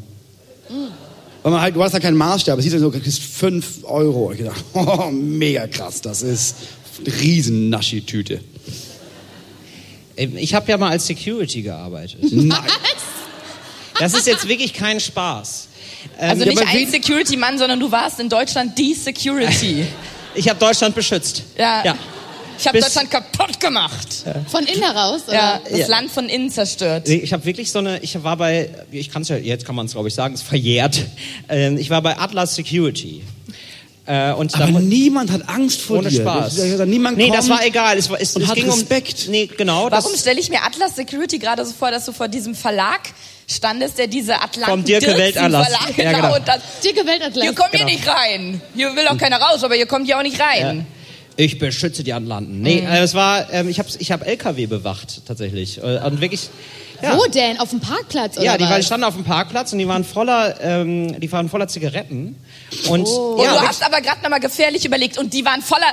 S4: Weil man halt, du hast da keinen Maßstab. Es hieß ja so, du kriegst 5 Euro. Ich dachte, (laughs) oh, mega krass, das ist eine riesen Naschi-Tüte.
S3: Ich habe ja mal als Security gearbeitet.
S4: (laughs) Nein.
S3: Das ist jetzt wirklich kein Spaß. Ähm,
S8: Also nicht ein Security-Mann, sondern du warst in Deutschland die Security.
S3: Ich habe Deutschland beschützt.
S8: Ja.
S3: ja.
S8: Ich habe
S3: Bis-
S8: Deutschland kaputt gemacht.
S9: Von innen heraus? Oder?
S8: Ja, das
S3: Ja.
S8: Land von innen zerstört.
S3: Nee, Ich habe wirklich so eine, ich war bei, ich kann es ja, jetzt kann man es glaube ich sagen, es ist verjährt. Ähm, ich war bei Atlas Security. Äh, und da
S4: Aber niemand hat Angst vor
S3: ohne
S4: dir.
S3: Spaß.
S4: Da- da- Niemand
S3: nee,
S4: kommt.
S3: das war egal. Es, war- es,
S4: und
S3: es
S4: hat
S3: ging
S4: Respekt.
S3: um. Nee, genau. Das,
S8: Warum stelle ich mir Atlas Security gerade so vor, dass du vor diesem Verlag standest, der diese Atlanten
S3: Vom Dirke
S8: Dirksen
S3: Weltatlas.
S8: Verlag,
S3: Ja,
S8: genau.
S3: genau. Hm.
S8: Und das,
S9: Dicke Weltatlas.
S8: hier kommt
S3: Genau.
S8: ihr nicht rein. Hier will auch keiner raus, aber hier kommt ihr auch nicht rein.
S3: Ich beschütze die Atlanten. Nee,
S4: Mhm.
S3: äh, es war, ähm, ich habe ich hab LKW bewacht tatsächlich. Äh, Und wirklich. Ja.
S9: Wo denn? Auf dem Parkplatz oder
S3: Ja, die
S9: was?
S3: waren- standen auf dem Parkplatz und die waren voller, ähm, die waren voller Zigaretten. Und,
S8: Oh. Und
S3: ja,
S8: du
S3: wirklich-
S8: hast aber gerade nochmal gefährlich überlegt und die waren voller,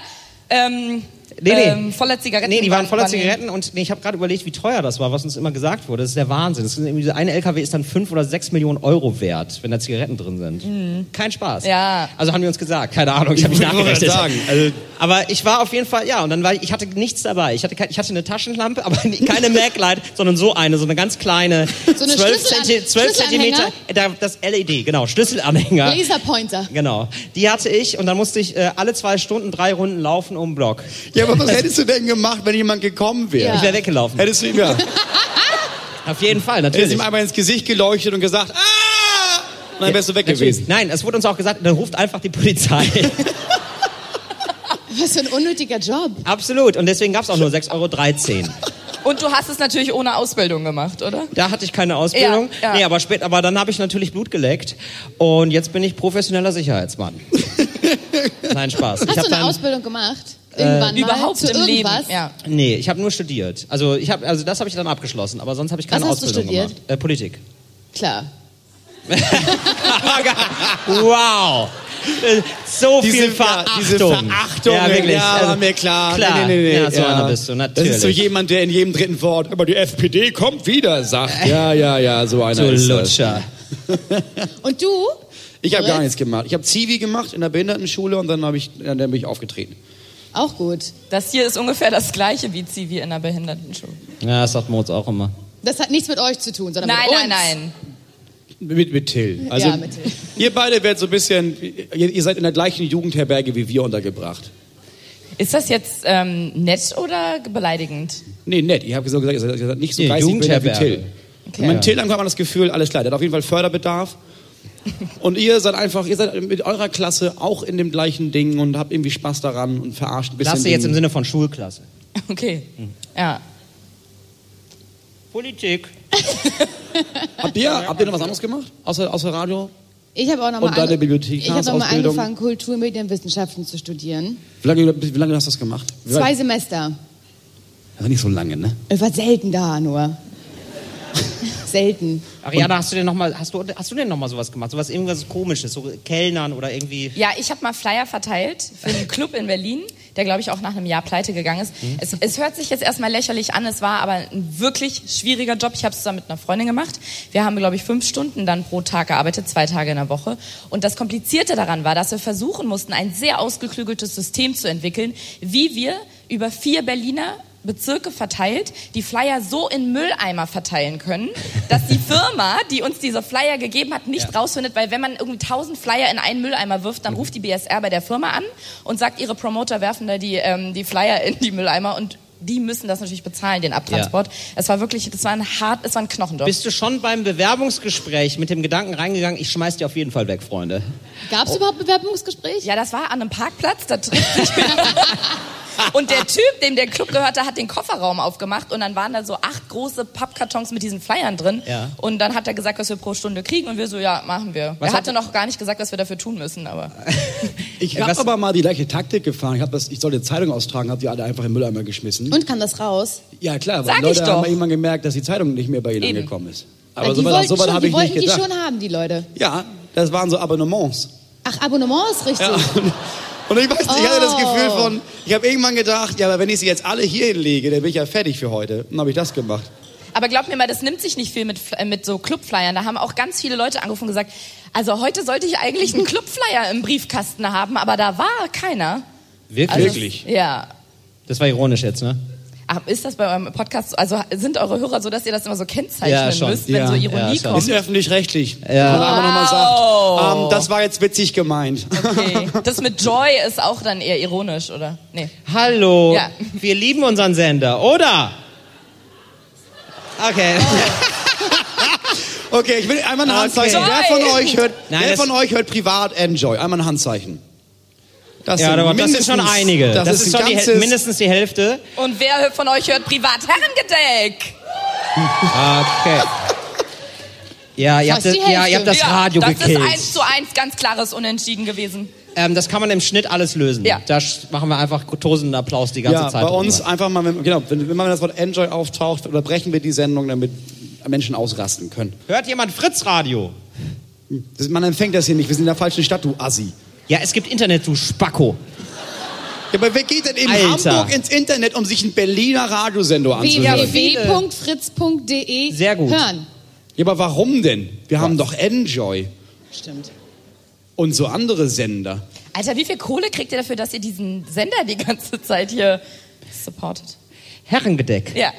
S8: ähm,
S3: Nee, nee.
S8: Ähm, voller Zigaretten.
S3: Nee, die waren voller
S8: waren-
S3: Zigaretten und nee, ich habe gerade überlegt, wie teuer das war, was uns immer gesagt wurde. Das ist der Wahnsinn. Das sind irgendwie, dieser eine LKW ist dann fünf oder sechs Millionen Euro wert, wenn da Zigaretten drin sind. Kein Spaß.
S8: Mhm. Ja.
S3: Also haben wir uns gesagt, keine Ahnung, ich habe nicht
S4: Ich wollte gerade
S3: nachgerechnet.
S4: sagen, also-
S3: aber ich war auf jeden Fall, ja, und dann war ich, ich hatte nichts dabei. Ich hatte, kein, ich hatte eine Taschenlampe, aber (laughs) keine Maglite, sondern so eine, so eine ganz kleine,
S9: So eine Schlüsselan-
S3: zwölf
S9: Schlüsselanhänger?
S3: Zentimeter, äh, da- das LED, genau, Schlüsselanhänger.
S9: Laserpointer.
S3: Genau, die hatte ich und dann musste ich äh, alle zwei Stunden drei Runden laufen um den Block.
S4: Ja, aber (laughs) was hättest du denn gemacht, wenn jemand gekommen wäre?
S9: Ja.
S3: Ich wäre weggelaufen.
S4: Hättest du ihm, (laughs) ja,
S3: Auf jeden Fall,
S4: hättest
S3: natürlich.
S4: ihm einmal ins Gesicht geleuchtet und gesagt, ah! Und dann wärst du weg gewesen.
S3: Nein, es wurde uns auch gesagt, dann ruft einfach
S4: (laughs)
S3: die Polizei.
S9: Was für ein unnötiger Job.
S3: Absolut. Und deswegen gab es auch nur 6,13 Euro.
S8: Und du hast es natürlich ohne Ausbildung gemacht, oder?
S3: Da hatte ich keine Ausbildung.
S8: Ja, ja.
S3: Nee, aber spät, aber dann habe ich natürlich Blut geleckt. Und jetzt bin ich professioneller Sicherheitsmann.
S4: (laughs)
S3: Nein, Spaß. ich
S9: Hast
S3: hab
S9: du eine
S3: dann,
S9: Ausbildung gemacht? Irgendwann mal?
S8: äh, Überhaupt
S9: Zu
S8: im
S9: irgendwas?
S8: Leben. Ja.
S3: Nee, ich habe nur studiert. Also, ich hab, also das habe ich dann abgeschlossen. Aber sonst habe ich keine
S9: Was hast du
S3: Ausbildung
S9: studiert?
S3: gemacht. Äh, Politik.
S9: Klar.
S3: (laughs) wow. Äh, So
S4: Diese,
S3: viel
S4: ja,
S3: Verachtung.
S4: diese Verachtung,
S3: Ja, wirklich.
S4: ja, war
S3: Also,
S4: mir klar.
S3: klar.
S4: Nee, nee, nee, nee,
S3: Ja, so
S4: ja.
S3: einer bist du, natürlich.
S4: Das ist so jemand, der in jedem dritten Wort, aber die FPD kommt wieder, (laughs) sagt. Ja, ja, ja, so einer
S3: Du
S4: ist
S3: Lutscher.
S9: Und du?
S4: Ich habe
S9: Moritz?
S4: gar nichts gemacht. Ich habe Zivi gemacht in der Behindertenschule und dann, hab ich, dann bin ich aufgetreten.
S9: Auch gut.
S8: Das hier ist ungefähr das gleiche wie Zivi in einer Behindertenschule.
S3: Ja, das sagt Moritz auch immer.
S9: Das hat nichts mit euch zu tun, sondern
S8: Nein,
S9: mit uns.
S8: nein, nein.
S4: Mit, mit Till. Also,
S9: Ja, mit Till.
S4: (laughs) Ihr beide werdet so ein bisschen, ihr, ihr seid in der gleichen Jugendherberge wie wir untergebracht.
S8: Ist das jetzt ähm, nett oder beleidigend?
S4: Nee, nett. Ich habe so gesagt, ihr seid, ihr seid nicht so
S3: Nee,
S4: geistig behindert wie
S3: Jugendherberge.
S4: Till. Wenn man Till anguckt, hat man das Gefühl, alles klar, der hat auf jeden Fall
S3: (laughs)
S4: Förderbedarf. Und ihr seid einfach, ihr seid mit eurer Klasse auch in dem gleichen Ding und habt irgendwie Spaß daran und verarscht ein bisschen.
S3: Klasse jetzt
S4: den-
S3: im Sinne von Schulklasse.
S8: Okay. Ja.
S3: Politik.
S4: habt, ihr, habt ihr noch was anderes gemacht? Außer, außer Radio?
S9: Ich habe auch nochmal
S4: Und deine Bibliothek-
S9: Ich habe nochmal
S4: Ausbildung?
S9: angefangen, Kultur- und Medienwissenschaften zu studieren.
S4: Wie lange, wie lange hast du das gemacht? Wie
S9: Zwei
S4: lange-
S9: Semester.
S4: Also nicht so lange, ne?
S9: Ich war selten da
S8: (laughs)
S9: nur. selten.
S3: Ariana, hast du denn nochmal, hast du, hast du denn noch mal sowas gemacht? Sowas irgendwas komisches, so Kellnern oder irgendwie.
S8: Ja, ich habe mal Flyer verteilt für einen Club in Berlin, der glaube ich auch nach einem Jahr pleite gegangen ist. Es, es hört sich jetzt erstmal lächerlich an, es war aber ein wirklich schwieriger Job. Ich habe es zusammen mit einer Freundin gemacht. Wir haben glaube ich fünf Stunden dann pro Tag gearbeitet, zwei Tage in der Woche. Und das Komplizierte daran war, dass wir versuchen mussten, ein sehr ausgeklügeltes System zu entwickeln, wie wir über vier Berliner Bezirke verteilt, die Flyer so in Mülleimer verteilen können, dass die Firma, die uns diese Flyer gegeben hat, nicht rausfindet, weil wenn man irgendwie 1000 Flyer in einen Mülleimer wirft, dann ruft die BSR bei der Firma an und sagt, ihre Promoter werfen da die, ähm, die Flyer in die Mülleimer und die müssen das natürlich bezahlen, den Abtransport. Es war wirklich, das war ein hart, es war ein Knochenjob.
S3: Bist du schon beim Bewerbungsgespräch mit dem Gedanken reingegangen, ich schmeiß dir auf jeden Fall weg, Freunde?
S9: Gab es überhaupt Bewerbungsgespräch?
S8: Oh. Ja, das war an einem Parkplatz, da trifft sich Berlin. Und der Typ, dem der Club gehörte, hat den Kofferraum aufgemacht und dann waren da so acht große Pappkartons mit diesen Flyern drin.
S3: Ja.
S8: Und dann hat er gesagt, was wir pro Stunde kriegen und wir so, ja, machen wir.
S3: Was
S8: er hatte
S3: hat-
S8: noch gar nicht gesagt, was wir dafür tun
S3: (laughs)
S8: müssen, aber.
S4: Ich habe
S3: Was-
S4: aber mal die gleiche Taktik gefahren. Ich, hab das, ich sollte eine Zeitung austragen, habe die alle einfach im Mülleimer geschmissen.
S9: Und kann das raus?
S4: ja, klar,
S8: Sag
S4: weil
S8: ich
S4: Leute
S8: doch.
S4: haben irgendwann gemerkt, dass die Zeitung nicht mehr bei ihnen
S8: Eben.
S4: angekommen ist.
S9: Weil
S4: Aber
S9: die
S4: so weit,
S9: wollten,
S4: so weit
S9: schon,
S4: habe
S9: die,
S4: ich nicht
S9: wollten die
S4: gedacht.
S9: schon haben, die Leute.
S4: Ja, das waren so Abonnements.
S9: Ach, Abonnements, richtig.
S4: Ja, und, (laughs) und ich weiß nicht, ich hatte das
S9: Oh.
S4: Gefühl von, ich habe irgendwann gedacht, ja, aber wenn ich sie jetzt alle hier hinlege, dann bin ich ja fertig für heute. Und dann habe ich das gemacht.
S8: Aber glaub mir mal, das nimmt sich nicht viel mit, Fl- äh, mit so Clubflyern. Da haben auch ganz viele Leute angerufen und gesagt, also heute sollte ich
S3: (laughs)
S8: eigentlich einen Clubflyer im Briefkasten haben, aber da war keiner.
S3: Wirklich?
S8: Also,
S3: Wirklich?
S8: Ja.
S3: Das war ironisch jetzt, ne?
S8: Ach, ist das bei eurem Podcast, so- also sind eure Hörer so, dass ihr das immer so kennzeichnen
S3: Ja, schon.
S8: müsst, wenn
S3: Ja,
S8: so
S3: ja,
S8: Ironie
S3: schon.
S8: kommt?
S4: Ist öffentlich-rechtlich.
S3: Ja.
S4: Wenn man einfach nochmal sagt, ähm, das war jetzt witzig gemeint. (laughs)
S8: Okay. Das mit Joy ist auch dann eher ironisch, oder? Nee.
S3: Hallo,
S8: Ja.
S3: wir lieben unseren Sender, oder? Okay.
S4: Okay, ich will einmal ein
S3: Okay.
S4: Handzeichen. Wer
S3: Joy!
S4: von euch hört,
S3: Nein,
S4: wer
S3: das-
S4: von euch hört privat Enjoy? Einmal ein Handzeichen. Das
S3: (laughs) ja,
S4: sind
S3: aber das sind schon
S4: mindestens-
S3: einige. Das, ist, schon die, Häl-
S4: ganzes-
S3: mindestens die Hälfte.
S8: Und wer von euch hört privat Herrengedeck? (laughs)
S3: Okay. Ja, ihr habt das, ja, ihr habt das Radio
S8: das
S3: gekillt.
S8: ist eins zu eins ganz klares Unentschieden gewesen.
S3: ähm, das kann man im Schnitt alles lösen.
S8: Ja.
S3: Da sch- machen wir einfach tosenden Applaus die ganze
S4: ja,
S3: Zeit.
S4: Bei
S3: drüber.
S4: uns einfach mal, wenn, genau, wenn, wenn mal das Wort Enjoy auftaucht, unterbrechen wir die Sendung, damit Menschen ausrasten können.
S3: Hört jemand Fritz Radio?
S4: Das, man empfängt das hier nicht. Wir sind in der falschen Stadt, du Assi.
S3: Ja, es gibt Internet, du Spacko.
S4: Ja, aber wer geht denn in
S3: Alter.
S4: Hamburg ins Internet, um sich einen Berliner Radiosender anzuhören?
S9: www.fritz.de
S4: Sehr gut.
S9: hören.
S4: Ja, aber warum denn? Wir haben doch Enjoy
S9: Stimmt.
S4: und so andere Sender.
S8: Alter, wie viel Kohle kriegt ihr dafür, dass ihr diesen Sender die ganze Zeit hier supportet?
S3: Herrengedeck.
S8: Ja.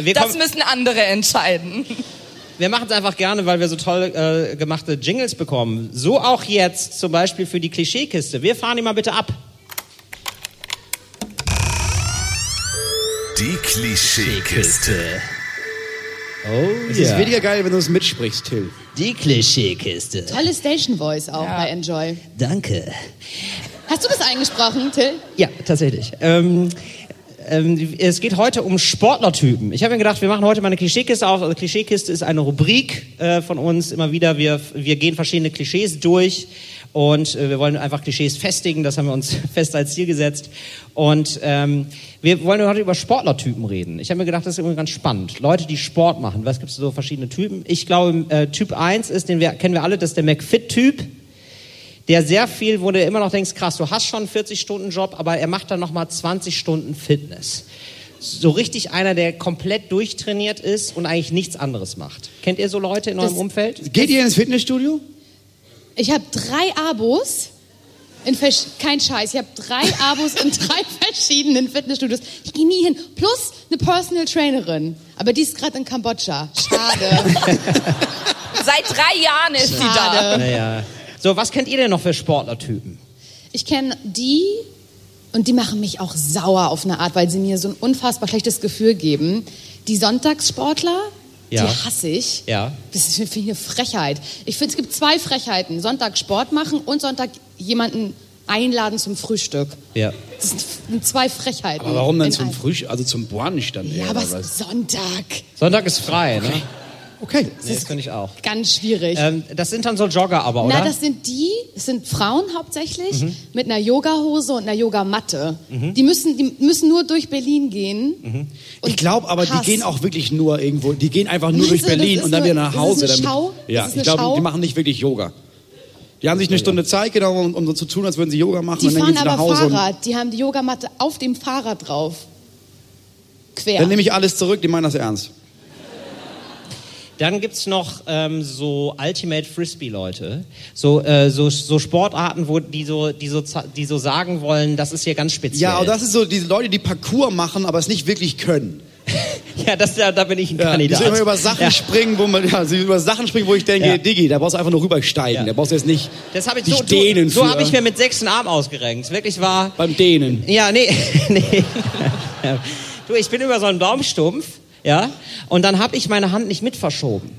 S3: Wir,
S8: das
S3: kommen-
S8: müssen andere entscheiden.
S3: wir machen es einfach gerne, weil wir so toll äh, gemachte Jingles bekommen. So auch jetzt zum Beispiel für die Klischeekiste. Wir fahren die mal bitte ab.
S6: Die Klischeekiste.
S3: Oh,
S4: Es ist weniger geil, wenn du es mitsprichst, Till.
S3: Die Klischeekiste.
S9: Tolle Station Voice auch bei Enjoy.
S3: Danke.
S9: Hast du das eingesprochen, Till?
S3: Ja, tatsächlich. Ähm, ähm, es geht heute um Sportlertypen. Ich habe mir gedacht, wir machen heute mal eine Klischeekiste auf. Also Klischeekiste ist eine Rubrik äh, von uns immer wieder. Wir, wir gehen verschiedene Klischees durch und äh, wir wollen einfach Klischees festigen. Das haben wir uns (laughs) fest als Ziel gesetzt. Und ähm, wir wollen heute über Sportlertypen reden. Ich habe mir gedacht, das ist irgendwie ganz spannend. Leute, die Sport machen. Was gibt es so verschiedene Typen? Ich glaube, äh, Typ 1 ist, den wir, kennen wir alle, das ist der McFit-Typ der sehr viel, wo du immer noch denkst, krass, du hast schon einen 40-Stunden-Job, aber er macht dann nochmal 20 Stunden Fitness. So richtig einer, der komplett durchtrainiert ist und eigentlich nichts anderes macht. Kennt ihr so Leute in eurem Umfeld?
S4: Geht ihr ins Fitnessstudio?
S9: Ich habe drei Abos. In vers- kein Scheiß, ich habe drei Abos in drei verschiedenen Fitnessstudios. Ich gehe nie hin. Plus eine Personal Trainerin. Aber die ist gerade in Kambodscha. Schade.
S8: Seit drei Jahren ist sie da.
S9: Schade.
S3: Naja. So, was kennt ihr denn noch für Sportlertypen?
S9: Ich kenne die und die machen mich auch sauer auf eine Art, weil sie mir so ein unfassbar schlechtes Gefühl geben. Die Sonntagssportler,
S3: Ja.
S9: die hasse ich.
S3: Ja.
S9: Das ist für mich eine Frechheit. Ich finde, es gibt zwei Frechheiten. Sonntag Sport machen und Sonntag jemanden einladen zum Frühstück.
S3: Ja.
S9: Das sind f- zwei Frechheiten.
S4: Aber warum dann
S9: in
S4: zum
S9: einem.
S4: Frühstück, also zum Brunch dann eher?
S9: Ja, aber
S4: oder
S9: es
S4: was?
S9: ist Sonntag.
S3: Sonntag ist frei, ne?
S4: Okay.
S3: Nee, das finde ich auch.
S9: Ganz schwierig.
S3: Ähm, das sind dann so Jogger aber, oder?
S9: Na, das sind die, es sind Frauen hauptsächlich,
S4: Mhm.
S9: mit einer Yogahose und einer Yogamatte. Die, müssen, die müssen nur durch Berlin gehen.
S4: Mhm. Ich glaube aber,
S9: Hass.
S4: die gehen auch wirklich nur irgendwo, die gehen einfach nur
S9: Also,
S4: durch
S9: das
S4: Berlin
S9: ist
S4: und dann
S9: nur-
S4: wieder nach
S9: das ist
S4: Hause.
S9: eine
S4: damit,
S9: Schau?
S4: Ja,
S9: Das ist
S4: ich
S9: eine
S4: glaube,
S9: Schau?
S4: die machen nicht wirklich Yoga. Die haben sich eine Stunde Zeit genommen, um, um so zu tun, als würden sie Yoga machen
S9: Die
S4: und dann
S9: fahren
S4: gehen sie nach
S9: aber
S4: Hause. und-
S9: Fahrrad. Die haben die Yogamatte auf dem Fahrrad drauf. Quer.
S4: Dann nehme ich alles zurück, die meinen das ernst.
S3: Dann gibt's noch ähm, so Ultimate Frisbee-Leute. So, äh, so, so Sportarten, wo die so, die, so, za- die so sagen wollen, das ist hier ganz speziell.
S4: Ja, aber das ist so diese Leute, die Parcours machen, aber es nicht wirklich können.
S3: (laughs) ja das, da, da bin ich ein
S4: Ja, die
S3: Kandidat.
S4: so immer über Sachen
S3: Ja.
S4: springen, wo man, ja, sie über Sachen springen, wo ich denke,
S3: Ja.
S4: Diggi, da brauchst du einfach nur rübersteigen. Da brauchst du jetzt nicht
S3: Das habe ich
S4: dich
S3: so,
S4: dehnen
S3: so, so
S4: für-
S3: habe ich mir mit sechsten Arm ausgerenkt. Wirklich war.
S4: beim Dehnen.
S3: Ja, nee, (laughs) nee. du, ich bin über so einen Baumstumpf, ja, und dann habe ich meine Hand nicht mit verschoben.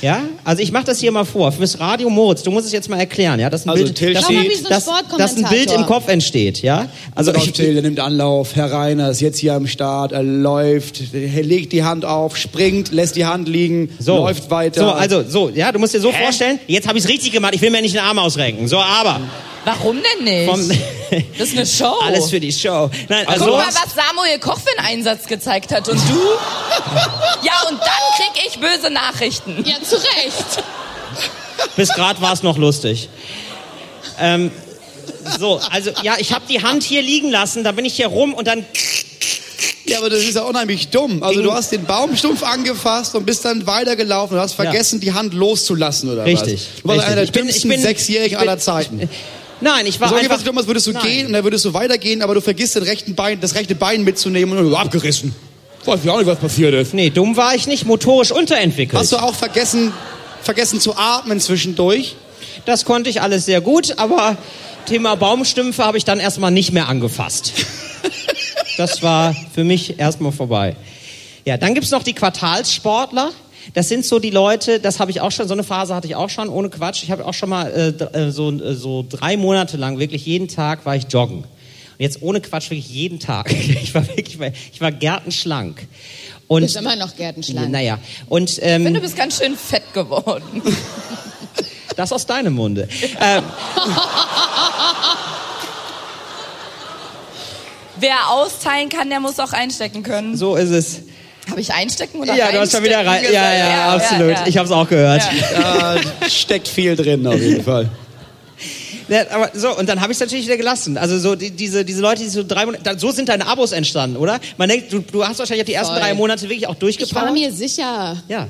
S3: Ja, also ich mache das hier mal vor. Fürs Radio Moritz, du musst es jetzt mal erklären, ja, dass ein
S4: Also,
S3: Bild,
S4: Till
S3: dass,
S9: steht- Warum hab ich so
S3: dass,
S9: einen
S3: dass ein Bild
S9: Sportkommentator?
S3: im Kopf entsteht, ja.
S4: Also
S3: Also
S4: genau,
S3: ich,
S4: Till, der nimmt Anlauf, Herr Reiner ist jetzt hier am Start, er läuft, er legt die Hand auf, springt, lässt die Hand liegen,
S3: so,
S4: läuft weiter.
S3: So, also so, ja, du musst dir so vorstellen. Jetzt habe ich es richtig gemacht. Ich will mir nicht den Arm ausrenken. So, aber
S8: Warum denn
S4: (laughs)
S8: nicht?
S3: vom,
S8: das ist eine Show.
S4: Oh.
S3: alles für die Show. Nein, also
S8: Guck mal, was Samuel Koch für einen Einsatz gezeigt hat. Und du?
S3: (laughs)
S8: ja, und dann krieg ich böse Nachrichten.
S9: ja,
S4: (laughs)
S9: zu Recht.
S3: Bis grad war es noch lustig. Ähm, so, also ja, ich habe die Hand hier liegen lassen, da bin ich hier rum und dann
S4: Ja, aber das ist ja unheimlich dumm. Also du hast den Baumstumpf angefasst und bist dann weitergelaufen und hast vergessen, die Hand loszulassen oder
S3: Richtig,
S4: was? Du warst
S3: richtig.
S4: einer der
S3: Ich bin-
S4: dümmsten
S3: ich bin-
S4: Sechsjährigen
S3: ich bin-
S4: aller Zeiten.
S3: Nein, ich war
S4: so
S3: einfach...
S4: was Dummes würdest du
S3: Nein.
S4: gehen und dann würdest du weitergehen, aber du vergisst den rechten Bein, das rechte Bein mitzunehmen und dann abgerissen. Weiß ich auch nicht, was passiert ist.
S3: Nee, dumm war ich nicht, motorisch unterentwickelt.
S4: Hast du auch vergessen, vergessen zu atmen zwischendurch?
S3: Das konnte ich alles sehr gut, aber Thema Baumstümpfe habe ich dann erstmal nicht mehr angefasst. Das war für mich erstmal vorbei. Ja, dann gibt's noch die Quartalssportler. Das sind so die Leute, das habe ich auch schon, so eine Phase hatte ich auch schon, ohne Quatsch. Ich habe auch schon mal äh, d- äh, so, äh, so drei Monate lang, wirklich jeden Tag war ich joggen. Und jetzt ohne Quatsch, wirklich jeden Tag. (laughs) Ich war wirklich, ich war gärtenschlank.
S9: Du
S3: Und,
S9: bist immer noch Gärtenschlank.
S3: Naja, und... Ähm,
S8: Ich finde, du bist ganz schön fett geworden.
S3: das aus deinem Munde. Ähm,
S8: Wer austeilen kann, der muss auch einstecken können.
S3: so ist es.
S8: Habe ich einstecken oder
S3: ja, du hast schon wieder rein.
S8: reinstecken
S3: Ja, ja,
S8: gesagt?
S3: absolut.
S8: ja, ja.
S3: Ich habe es auch gehört.
S4: Da steckt viel drin auf jeden Fall.
S3: (laughs) Ja, aber so, und dann habe ich es natürlich wieder gelassen. Also so die, diese, diese Leute, die so drei Monate, da- so sind deine Abos entstanden, oder? Man denkt, du, du hast wahrscheinlich die ersten
S9: Voll.
S3: drei Monate wirklich auch
S9: Ich war
S3: durchgepackt.
S9: mir sicher. (laughs)
S3: Ja.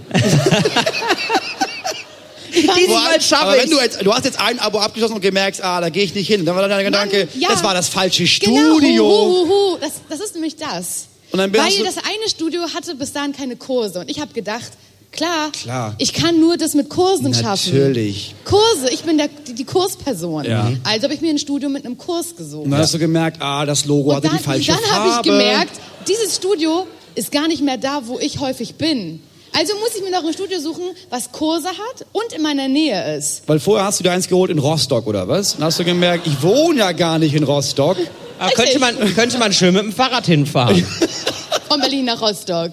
S4: Vor allem,
S3: Diesmal
S4: aber
S3: schaffe
S4: wenn
S3: ich
S4: du jetzt, du hast jetzt ein Abo abgeschlossen und gemerkt, ah, da gehe ich nicht hin. Dann war dann der Gedanke,
S9: ja.
S4: das war das falsche
S9: Genau,
S4: Studio.
S9: Hu, hu, hu. Das, das ist nämlich das.
S4: Und dann bist
S9: Weil
S4: du-
S9: das eine Studio hatte bis dahin keine Kurse. Und ich habe gedacht, klar,
S4: Klar.
S9: ich kann nur das mit Kursen schaffen.
S4: Natürlich.
S9: Kurse, ich bin der, die, die Kursperson.
S4: Ja.
S9: Also habe ich mir ein Studio mit einem Kurs gesucht.
S4: Und dann hast du gemerkt, ah, das Logo
S9: Und
S4: hatte
S9: dann,
S4: die falsche
S9: dann
S4: Farbe.
S9: habe ich gemerkt, dieses Studio ist gar nicht mehr da, wo ich häufig bin. Also muss ich mir noch ein Studio suchen, was Kurse hat und in meiner Nähe ist.
S4: Weil vorher hast du dir eins geholt in Rostock oder was? Dann hast du gemerkt, ich wohne ja gar nicht in Rostock.
S3: Aber könnte man, könnte man schön mit dem Fahrrad hinfahren. (laughs)
S9: Von Berlin nach Rostock.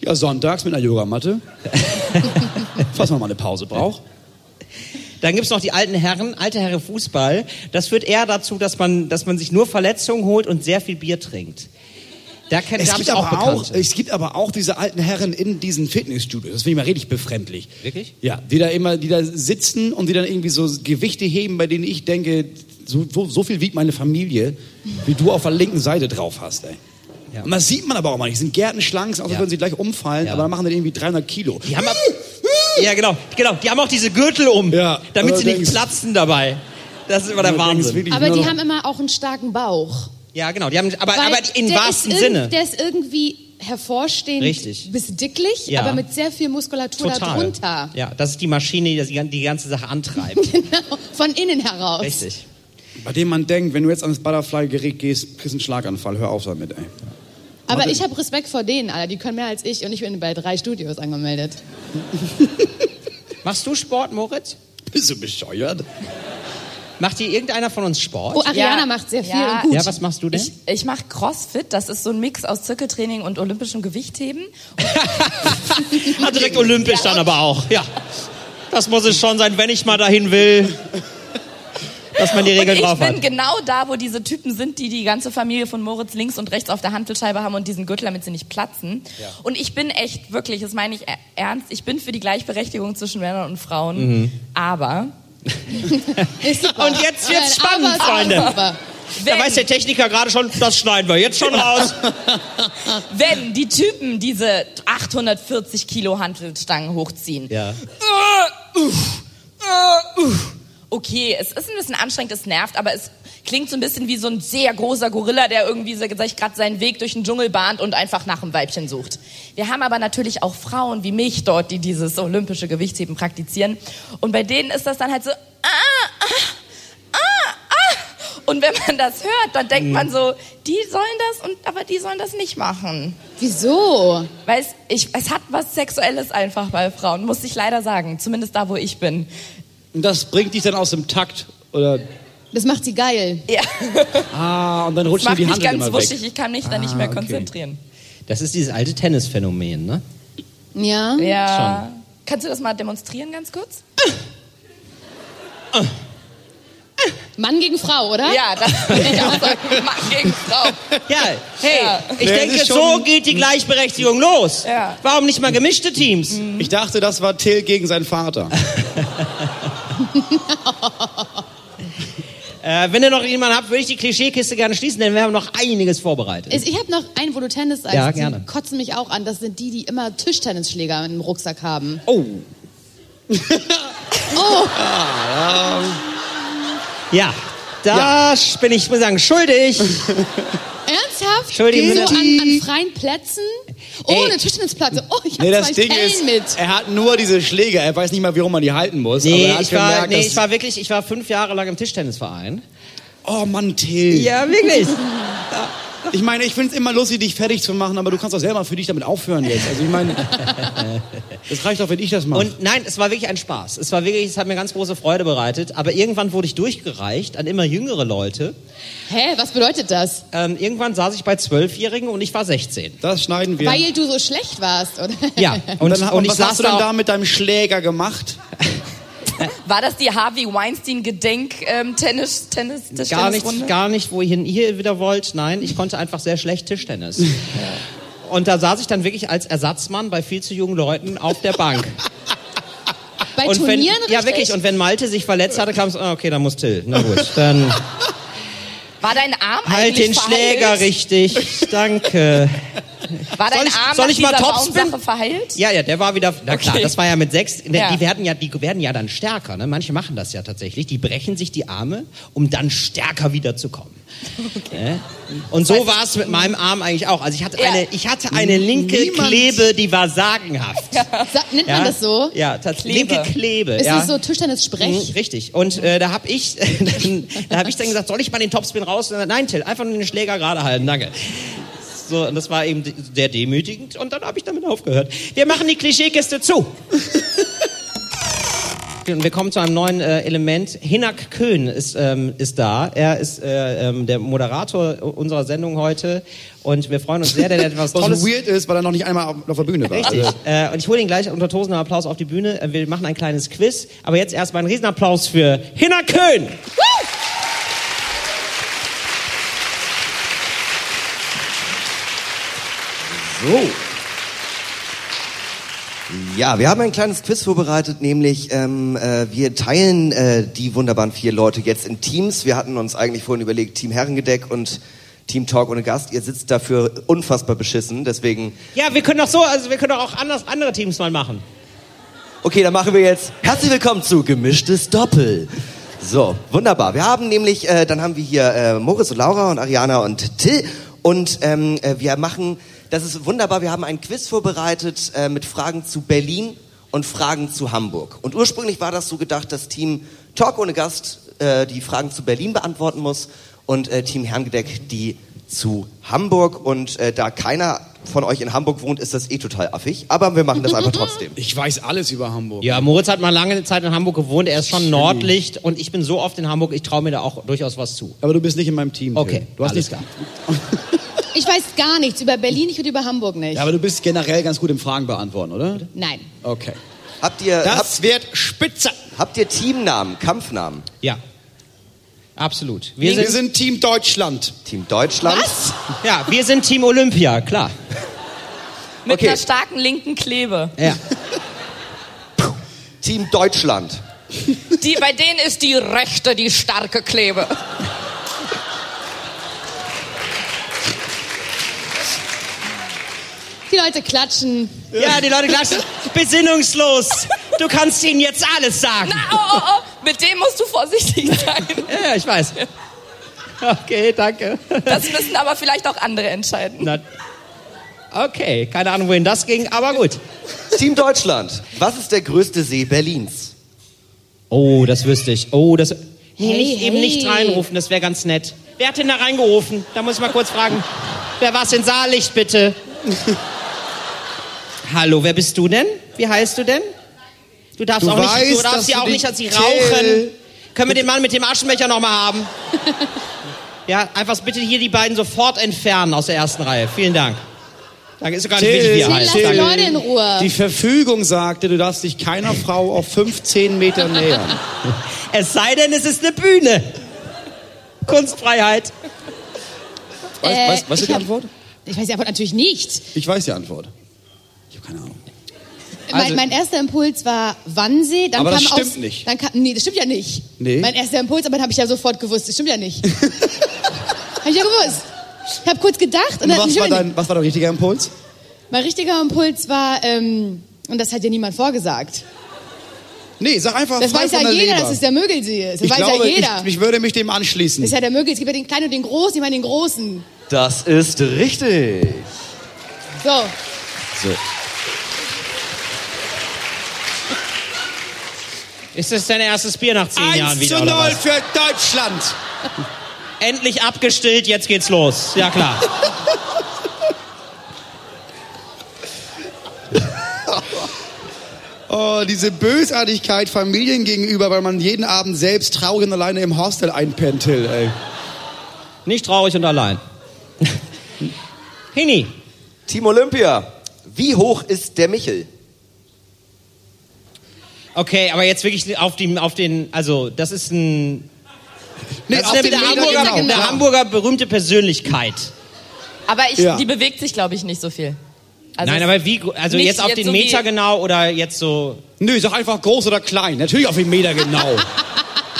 S4: Ja, sonntags mit einer Yogamatte. (laughs) Falls man mal eine Pause braucht.
S3: Dann gibt's noch die alten Herren, alte Herren Fußball. Das führt eher dazu, dass man, dass man sich nur Verletzungen holt und sehr viel Bier trinkt. Da kennt
S4: Es
S3: da hab
S4: gibt,
S3: ich auch
S4: aber auch,
S3: Bekannte.
S4: es gibt aber auch diese alten Herren in diesen Fitnessstudios. Das finde ich mal richtig befremdlich.
S3: Wirklich?
S4: Ja, die da immer, die da sitzen und die dann irgendwie so Gewichte heben, bei denen ich denke, so, so, so viel wiegt meine Familie, wie du auf der linken Seite drauf hast, ey.
S3: Ja.
S4: Und das sieht man aber auch mal nicht. Sind Gärtenschlangen, außer
S3: Ja.
S4: würden sie gleich umfallen,
S3: Ja.
S4: aber dann machen die irgendwie 300 Kilo.
S3: Die haben
S4: (laughs)
S3: ab ja, genau, genau. Die haben auch diese Gürtel um,
S4: Ja,
S3: damit sie nicht
S4: allerdings.
S3: platzen dabei. Das ist immer der
S4: Allerdings
S3: Wahnsinn.
S4: wirklich
S9: Aber
S4: nur
S9: die
S4: noch-
S9: haben immer auch einen starken Bauch.
S3: Ja, genau. Die haben, aber,
S9: Weil
S3: aber in
S9: der
S3: wahrsten
S9: ist irgend-
S3: Sinne.
S9: Der ist irgendwie hervorstehend
S3: Richtig.
S9: bis dicklich,
S3: Ja.
S9: aber mit sehr viel Muskulatur
S3: Total.
S9: darunter.
S3: Ja, das ist die Maschine, die das- die die ganze Sache antreibt.
S9: (laughs) Genau, von innen heraus.
S3: Richtig.
S4: Bei dem man denkt, wenn du jetzt ans Butterfly-Gerät gehst, kriegst du einen Schlaganfall. Hör auf damit, ey.
S9: Aber ich habe Respekt vor denen, Alter. Die können mehr als ich und ich bin bei drei Studios angemeldet.
S3: Machst du Sport, Moritz?
S4: Bist du bescheuert?
S3: Macht dir irgendeiner von uns Sport?
S9: Oh, Ariana macht sehr viel und gut.
S3: ja, was machst du denn?
S8: Ich, ich mache Crossfit, das ist so ein Mix aus Zirkeltraining und olympischem Gewichtheben.
S3: Ah, direkt olympisch dann aber auch. Ja. Das muss es schon sein, wenn ich mal dahin will, dass man die
S8: Und
S3: Regeln
S8: ich
S3: drauf
S8: bin
S3: hat.
S8: genau da, wo diese Typen sind, die die ganze Familie von Moritz links und rechts auf der Hantelscheibe haben und diesen Gürtel, damit sie nicht platzen. Und ich bin echt, wirklich, das meine ich e- ernst, ich bin für die Gleichberechtigung zwischen Männern und Frauen.
S3: Mhm.
S8: Aber
S9: Ist super.
S3: Und jetzt wird's
S9: Aber
S3: spannend,
S9: ist auch
S3: Freunde.
S9: super.
S3: Da weiß der Techniker gerade schon, das schneiden wir jetzt
S4: (laughs)
S3: schon raus.
S8: wenn die Typen diese 840 Kilo Hantelstangen hochziehen.
S3: Ja.
S8: Äh, uff, äh, uff. Okay, es ist ein bisschen anstrengend, es nervt, aber es klingt so ein bisschen wie so ein sehr großer Gorilla, der irgendwie so- sich gerade seinen Weg durch den Dschungel bahnt und einfach nach einem Weibchen sucht. Wir haben aber natürlich auch Frauen wie mich dort, die dieses olympische Gewichtsheben praktizieren. Und bei denen ist das dann halt so, ah, ah, ah, ah. Und wenn man das hört, dann denkt man so, die sollen das, und, aber die sollen das nicht machen.
S9: Wieso?
S8: Weil es, ich, es hat was Sexuelles einfach bei Frauen, muss ich leider sagen. Zumindest da, wo ich bin.
S4: Und das bringt dich dann aus dem Takt, oder?
S9: Das macht sie geil.
S3: (laughs)
S8: Ja.
S4: Ah, und dann
S8: Das
S4: rutscht dir
S8: macht
S4: die
S8: mich
S4: Hand
S8: ganz
S4: immer
S8: wuschig,
S4: weg.
S8: ich kann mich da nicht
S4: Ah,
S8: mehr
S4: okay.
S8: konzentrieren.
S3: Das ist dieses alte Tennisphänomen, ne?
S9: Ja.
S8: Ja. Kannst du das mal demonstrieren ganz kurz?
S9: Mann gegen Frau, oder?
S8: Ja, das (laughs) würde ich auch sagen. Mann gegen Frau.
S3: Ja, hey,
S8: Ja.
S3: ich
S4: Ja, das
S3: denke,
S4: ist
S3: so
S4: schon-
S3: geht die Gleichberechtigung los.
S8: Ja.
S3: Warum nicht mal gemischte Teams?
S4: Ich dachte, das war Till gegen seinen Vater.
S3: Äh, wenn ihr noch jemanden habt, würde ich die Klischeekiste gerne schließen, denn wir haben noch einiges vorbereitet.
S9: Ist- Ich habe noch einen, wo du Tennis sagst.
S3: Ja, gerne.
S9: Die kotzen mich auch an. Das sind die, die immer Tischtennisschläger im Rucksack haben.
S3: (laughs) Oh.
S9: Oh.
S3: Ah, Ja, da bin ich, muss ich sagen, schuldig.
S9: Ernsthaft?
S3: Entschuldigung,
S9: so an,
S3: bitte.
S9: an freien Plätzen? Oh,
S4: Ey.
S9: eine Tischtennisplatte. Oh, ich hab
S4: Nee, das
S9: zwei
S4: Ding
S9: Stellen
S4: ist,
S9: mit.
S3: Äh.
S4: er hat nur diese Schläger. Er weiß nicht mal, wie rum man die halten muss. aber
S3: Nee,
S4: er hat
S3: ich war,
S4: gemerkt,
S3: nee,
S4: dass-
S3: ich war wirklich, ich war fünf Jahre lang im Tischtennisverein.
S4: Oh Mann, Till.
S3: Ja, wirklich.
S4: Ich meine, ich finde es immer lustig, dich fertig zu machen, aber du kannst auch selber für dich damit aufhören jetzt. Also ich meine, das reicht auch, wenn ich das mache.
S3: Und nein, es war wirklich ein Spaß. Es war wirklich, es hat mir ganz große Freude bereitet. Aber irgendwann wurde ich durchgereicht an immer jüngere Leute.
S9: Hä, was bedeutet das?
S3: Ähm, irgendwann saß ich bei Zwölfjährigen und ich war 16.
S4: Das schneiden
S9: Weil du so schlecht warst, oder?
S3: Ja, und,
S4: Und, dann,
S3: und
S4: und
S3: ich
S4: was
S3: saß
S4: hast du denn
S3: da
S4: da mit deinem Schläger gemacht?
S8: War das die Harvey Weinstein Gedenk ähm, Tennis Tennis
S3: gar nicht,
S8: Tischtennisrunde?
S3: gar nicht, wo ihr hin hier wieder wollt. Nein, ich konnte einfach sehr schlecht Tischtennis. Und da saß ich dann wirklich als Ersatzmann bei viel zu jungen Leuten auf der Bank.
S9: (laughs) Bei
S3: und wenn,
S9: Turnieren
S3: ja,
S9: richtig?
S3: wirklich. Und wenn Malte sich verletzt hatte, kam es, ah, okay, dann muss Till. Na gut, dann
S8: War dein Arm
S3: halt
S8: eigentlich
S3: den
S8: verheilt?
S3: Schläger richtig. Danke.
S8: War dein
S3: Soll ich-
S8: Arm
S3: soll
S8: nach
S3: ich mal
S8: dieser
S3: Topspin?
S8: Baumsache verheilt?
S3: Ja, ja, der war wieder, na klar,
S8: Okay.
S3: das war ja mit sechs, ne,
S8: Ja.
S3: die werden ja, die werden ja dann stärker, ne? manche machen das ja tatsächlich, die brechen sich die Arme, um dann stärker wiederzukommen. Ne? Und so war es mit meinem Arm eigentlich auch. Also ich hatte
S9: Ja.
S3: eine, ich hatte eine linke
S9: Niemand-
S3: Klebe, die war sagenhaft.
S9: Sa- Nennt man
S3: Ja?
S9: das so?
S3: Ja, tatsächlich. Linke Klebe.
S9: Ist
S3: ja.
S9: das so Tischtennis-Sprech?
S3: Mhm, richtig. Und äh, da habe ich, (laughs) dann, da hab ich dann gesagt, soll ich mal den Topspin raus? Und er sagt, Nein, Till, einfach nur den Schläger gerade halten, danke. So, und das war eben de- sehr demütigend und dann habe ich damit aufgehört. Wir machen die Klischeekiste zu. (laughs) Und wir kommen zu einem neuen äh, Element. Hinak Köhn ist, ähm, ist da. Er ist äh, ähm, der Moderator unserer Sendung heute. Und wir freuen uns sehr, denn er
S4: (laughs)
S3: hat etwas
S4: Was
S3: Tolles
S4: weird ist, weil er noch nicht einmal auf, auf der Bühne war.
S3: Richtig.
S4: Also,
S3: Äh, und ich hole ihn gleich unter tosendem Applaus auf die Bühne. Äh, Wir machen ein kleines Quiz. Aber jetzt erstmal einen Riesenapplaus für Hinner Köhn.
S11: So. Ja, wir haben ein kleines Quiz vorbereitet, nämlich ähm, äh, wir teilen äh, die wunderbaren vier Leute jetzt in Teams. Wir hatten uns eigentlich vorhin überlegt, Team Herrengedeck und Team Talk ohne Gast. Ihr sitzt dafür unfassbar beschissen, deswegen...
S3: Ja, wir können doch so, also wir können doch auch anders andere Teams mal machen.
S11: Okay, dann machen wir jetzt herzlich willkommen zu Gemischtes Doppel. So, wunderbar. Wir haben nämlich, äh, dann haben wir hier äh, Moritz und Laura und Ariana und Till. Und ähm, äh, wir machen, das ist wunderbar, wir haben ein Quiz vorbereitet äh, mit Fragen zu Berlin und Fragen zu Hamburg. Und ursprünglich war das so gedacht, dass Team Talk ohne Gast äh, die Fragen zu Berlin beantworten muss und äh, Team Herrengedeck die zu Hamburg. Und äh, da keiner von euch in Hamburg wohnt, ist das eh total affig. Aber wir machen das einfach trotzdem.
S4: Ich weiß alles über Hamburg.
S3: Ja, Moritz hat mal lange Zeit in Hamburg gewohnt. Er ist schon Nordlicht und ich bin so oft in Hamburg, ich traue mir da auch durchaus was zu.
S4: Aber du bist nicht in meinem Team. Till.
S3: Okay,
S4: Du hast
S3: alles
S4: nichts
S3: klar.
S9: Ich weiß gar nichts. Über Berlin nicht und über Hamburg nicht.
S4: Ja, aber du bist generell ganz gut im Fragen beantworten, oder?
S9: Nein.
S4: Okay.
S11: Habt ihr.
S4: Das
S11: wird spitze. Habt ihr Teamnamen, Kampfnamen?
S3: Ja. Absolut.
S4: Wir sind-
S11: Team Deutschland. Team Deutschland?
S3: Was? Ja, wir sind Team Olympia, klar.
S8: Mit
S11: Okay.
S8: einer starken linken Klebe.
S3: Ja.
S11: Team Deutschland.
S8: Die, bei denen ist die rechte die starke Klebe.
S9: Die Leute klatschen.
S3: Ja, die Leute klatschen. Besinnungslos. Du kannst ihnen jetzt alles sagen.
S8: Oh, oh, oh, mit dem musst
S3: (laughs)
S8: du vorsichtig sein.
S3: Ja, ich weiß. Okay, danke.
S8: Das müssen aber vielleicht auch andere entscheiden.
S3: Na, okay, keine Ahnung, wohin das ging, aber gut.
S11: Team Deutschland. Was ist der größte See Berlins?
S3: Oh, das wüsste ich. Oh, das. Nee,
S11: Hey,
S3: nicht, eben
S11: hey.
S3: nicht reinrufen, das wäre ganz nett. Wer hat denn da reingerufen? Da muss ich mal kurz fragen. Wer war's in Saallicht, bitte? Hallo, wer bist du denn? Wie heißt du denn? Du darfst
S2: Du
S3: auch
S2: weißt,
S3: nicht, du
S2: dass
S3: darfst ja
S2: du
S3: auch
S2: dich-
S3: nicht, dass sie
S2: Till.
S3: rauchen. Können wir den Mann mit dem Aschenbecher nochmal haben? ja, einfach bitte hier die beiden sofort entfernen aus der ersten Reihe. Vielen Dank. Danke, ist doch gar nicht wichtig, wie er heißt.
S9: die
S3: Danke.
S9: Leute in
S3: Äh.
S9: Ruhe.
S4: Die Verfügung sagte, du darfst dich keiner Frau auf 15 Meter nähern.
S3: Es sei denn, es ist eine Bühne. Kunstfreiheit.
S9: Äh,
S4: weißt- weißt du
S9: ich
S4: die
S9: hab-
S4: Antwort?
S9: Ich weiß die Antwort natürlich nicht.
S4: Ich weiß die Antwort.
S9: mein, mein erster Impuls war Wannsee. Dann
S4: Also- Aber das
S9: kam
S4: stimmt
S9: aus,
S4: nicht.
S9: Dann kam, nee, das stimmt ja nicht.
S4: Nee.
S9: Mein erster Impuls, aber dann habe ich ja sofort gewusst, das stimmt
S4: (laughs)
S9: ja nicht. habe ich ja gewusst. Ich habe kurz gedacht und
S4: Und
S9: dann
S4: was,
S9: stimmt
S4: war
S9: ja nicht.
S4: dein, was war dein richtiger Impuls?
S9: Mein richtiger Impuls war, ähm, und das hat dir niemand vorgesagt.
S4: Nee, sag einfach
S9: Das
S4: frei
S9: weiß
S4: von
S9: ja
S4: der
S9: jeder,
S4: Leber.
S9: dass es der Mögelsee ist. Das
S4: ich
S9: weiß
S4: glaube,
S9: ja jeder.
S4: Ich, ich würde mich dem
S9: das ist
S4: anschließen.
S9: ja der Mögelsee. Es gibt ja den kleinen und den großen, ich meine den großen.
S11: Das ist richtig.
S9: So.
S11: So.
S3: Ist das dein erstes Bier nach zehn Jahren wieder?
S4: 1 zu
S3: oder
S4: 0
S3: was?
S4: für Deutschland.
S3: Endlich abgestillt, jetzt geht's los. Ja klar.
S4: Oh, diese Bösartigkeit Familien gegenüber, weil man jeden Abend selbst traurig und alleine im Hostel einpennt, Till, ey.
S3: Nicht traurig und allein. Hini.
S11: Team Olympia. Wie hoch ist der Michel?
S3: Okay, aber jetzt wirklich auf, die, auf den, also das ist ein...
S4: Nee,
S3: das
S4: auf
S3: ist
S4: den
S3: eine, eine,
S4: Meter
S3: Hamburger,
S4: genau,
S3: eine
S4: ja.
S3: Hamburger berühmte Persönlichkeit.
S8: Aber ich,
S3: Ja.
S8: die bewegt sich, glaube ich, nicht so viel. Also
S3: Nein,
S8: es-
S3: aber wie, gro- also
S8: nicht
S3: jetzt auf den
S8: so wie-
S3: Meter genau oder jetzt so...
S4: Nö, sag einfach groß oder klein. Natürlich auf den Meter genau.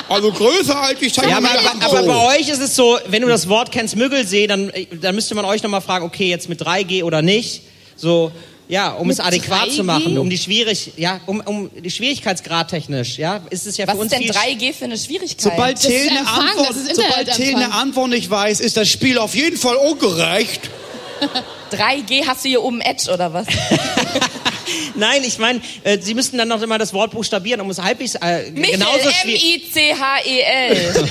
S4: also größer als ich zeig
S3: Ja, aber,
S4: mal
S3: aber,
S4: an.
S3: aber bei euch ist es so, wenn du das Wort kennst, Müggelsee, dann, äh, dann müsste man euch nochmal fragen, okay, jetzt mit 3G oder nicht. So, ja, um
S8: Mit
S3: es adäquat
S8: 3G?
S3: zu machen, um die schwierig, ja, um, um die Schwierigkeitsgrad technisch, ja, ist es ja
S8: was
S3: für uns
S8: ist denn
S3: viel
S8: 3G für eine Schwierigkeit?
S4: Sobald Till eine Antwort, sobald Till eine Antwort nicht weiß, ist das Spiel auf jeden Fall ungerecht.
S8: 3G hast du hier oben Edge
S3: (laughs)
S8: oder was?
S3: Nein, ich meine, äh, sie müssten dann noch immer das Wort buchstabieren, um es halbwegs äh,
S8: Michel,
S3: genauso schwierig.
S8: E
S3: (laughs)
S8: M-I-C-H-E-L.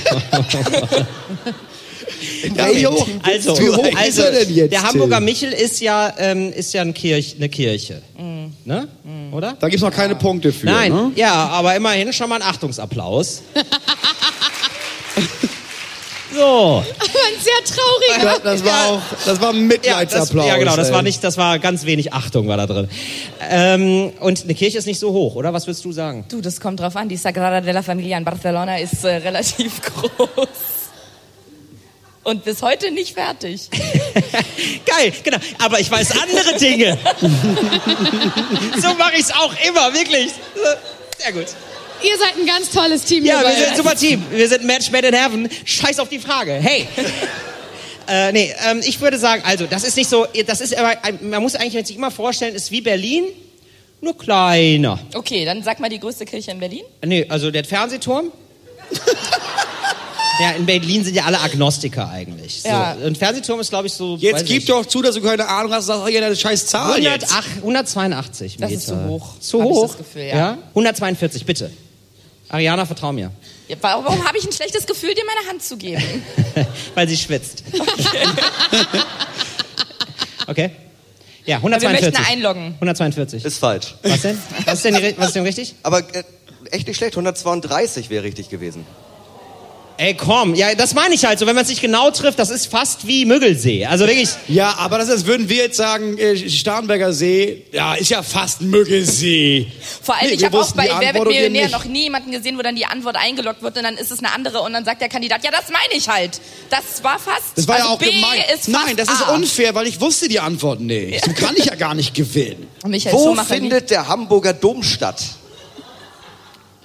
S4: Ja, wie hoch?
S3: Also,
S4: Wie hoch ist
S3: also
S4: er denn jetzt,
S3: der Hamburger
S4: Till?
S3: Michel ist ja, ähm, ist ja ein Kirch, eine Kirche,
S8: Mhm.
S3: ne? Oder?
S4: Da gibt's noch keine Punkte für.
S3: Nein,
S4: ne?
S3: ja, aber immerhin schon mal ein (laughs) Achtungsapplaus. so.
S9: Aber ein sehr trauriger.
S4: Das, das war auch, das war ein
S3: Ja, das,
S4: Mitleidsapplaus.
S3: ja, genau, das
S4: ey.
S3: war nicht, das war ganz wenig Achtung war da drin. Ähm, und eine Kirche ist nicht so hoch, oder? Was würdest du sagen?
S8: Du, das kommt drauf an. Die Sagrada de la Familia in Barcelona ist äh, relativ (laughs) groß. Und bis heute nicht fertig.
S3: Geil, genau. Aber ich weiß andere (laughs) Dinge. so mache ich es auch immer, wirklich. Sehr gut.
S9: Ihr seid ein ganz tolles Team.
S3: Ja,
S9: ihr
S3: wir
S9: beiden.
S3: sind ein super Team. Wir sind Match Made in Heaven. Scheiß auf die Frage.
S8: (laughs)
S3: Hey. Äh, nee, ähm, ich würde sagen, also, das ist nicht so, das ist aber, man muss eigentlich sich immer vorstellen, ist wie Berlin, nur kleiner.
S8: Okay, dann sag mal die größte Kirche in Berlin.
S3: Nee, also der
S8: (laughs)
S3: Fernsehturm. ja, in Berlin sind ja alle Agnostiker eigentlich. So.
S8: Ja.
S3: Und Fernsehturm ist, glaube ich, so.
S4: Jetzt
S3: weiß
S4: gib
S3: nicht,
S4: doch zu, dass du keine Ahnung hast, sag ja eine scheiß Zahl
S3: 100,
S4: jetzt.
S3: ach, 182
S8: Das
S3: Meter.
S8: ist zu hoch.
S3: Zu
S8: Hab ich
S3: hoch?
S8: das Gefühl, ja.
S3: 142, bitte. Ariana, vertrau mir.
S8: Ja, wa- Warum habe ich ein schlechtes Gefühl, dir meine Hand zu geben?
S3: Weil sie schwitzt. Okay. Ja,
S8: Aber wir
S3: 142.
S8: möchten einloggen.
S3: 142.
S11: Ist falsch.
S3: Was denn? Was ist denn, die, was ist denn richtig?
S11: Aber äh, echt nicht schlecht, 132 wäre richtig gewesen.
S3: Ey, komm. Ja, das meine ich halt so. Wenn man es nicht genau trifft, das ist fast wie Müggelsee. Also wirklich.
S4: Ja, aber das ist, würden wir jetzt sagen, äh, Starnberger See, ja, ist ja fast Müggelsee.
S8: Vor allem,
S4: Nee,
S8: ich
S4: wir
S8: habe auch
S4: wussten
S8: bei
S4: die
S8: Wer wird
S4: Antwort und ihr
S8: Millionär
S4: nicht.
S8: noch nie jemanden gesehen, wo dann die Antwort eingeloggt wird und dann ist es eine andere und dann sagt der Kandidat, ja, das meine ich halt. Das war fast.
S4: Das war
S8: also
S4: ja auch
S8: B
S4: gemein.
S8: Ist fast
S4: Nein, das ist
S8: A.
S4: unfair, weil ich wusste die Antwort nicht. So kann ich ja gar nicht gewinnen.
S8: Michael
S11: Wo
S8: Schumacher
S11: findet der Hamburger Dom statt?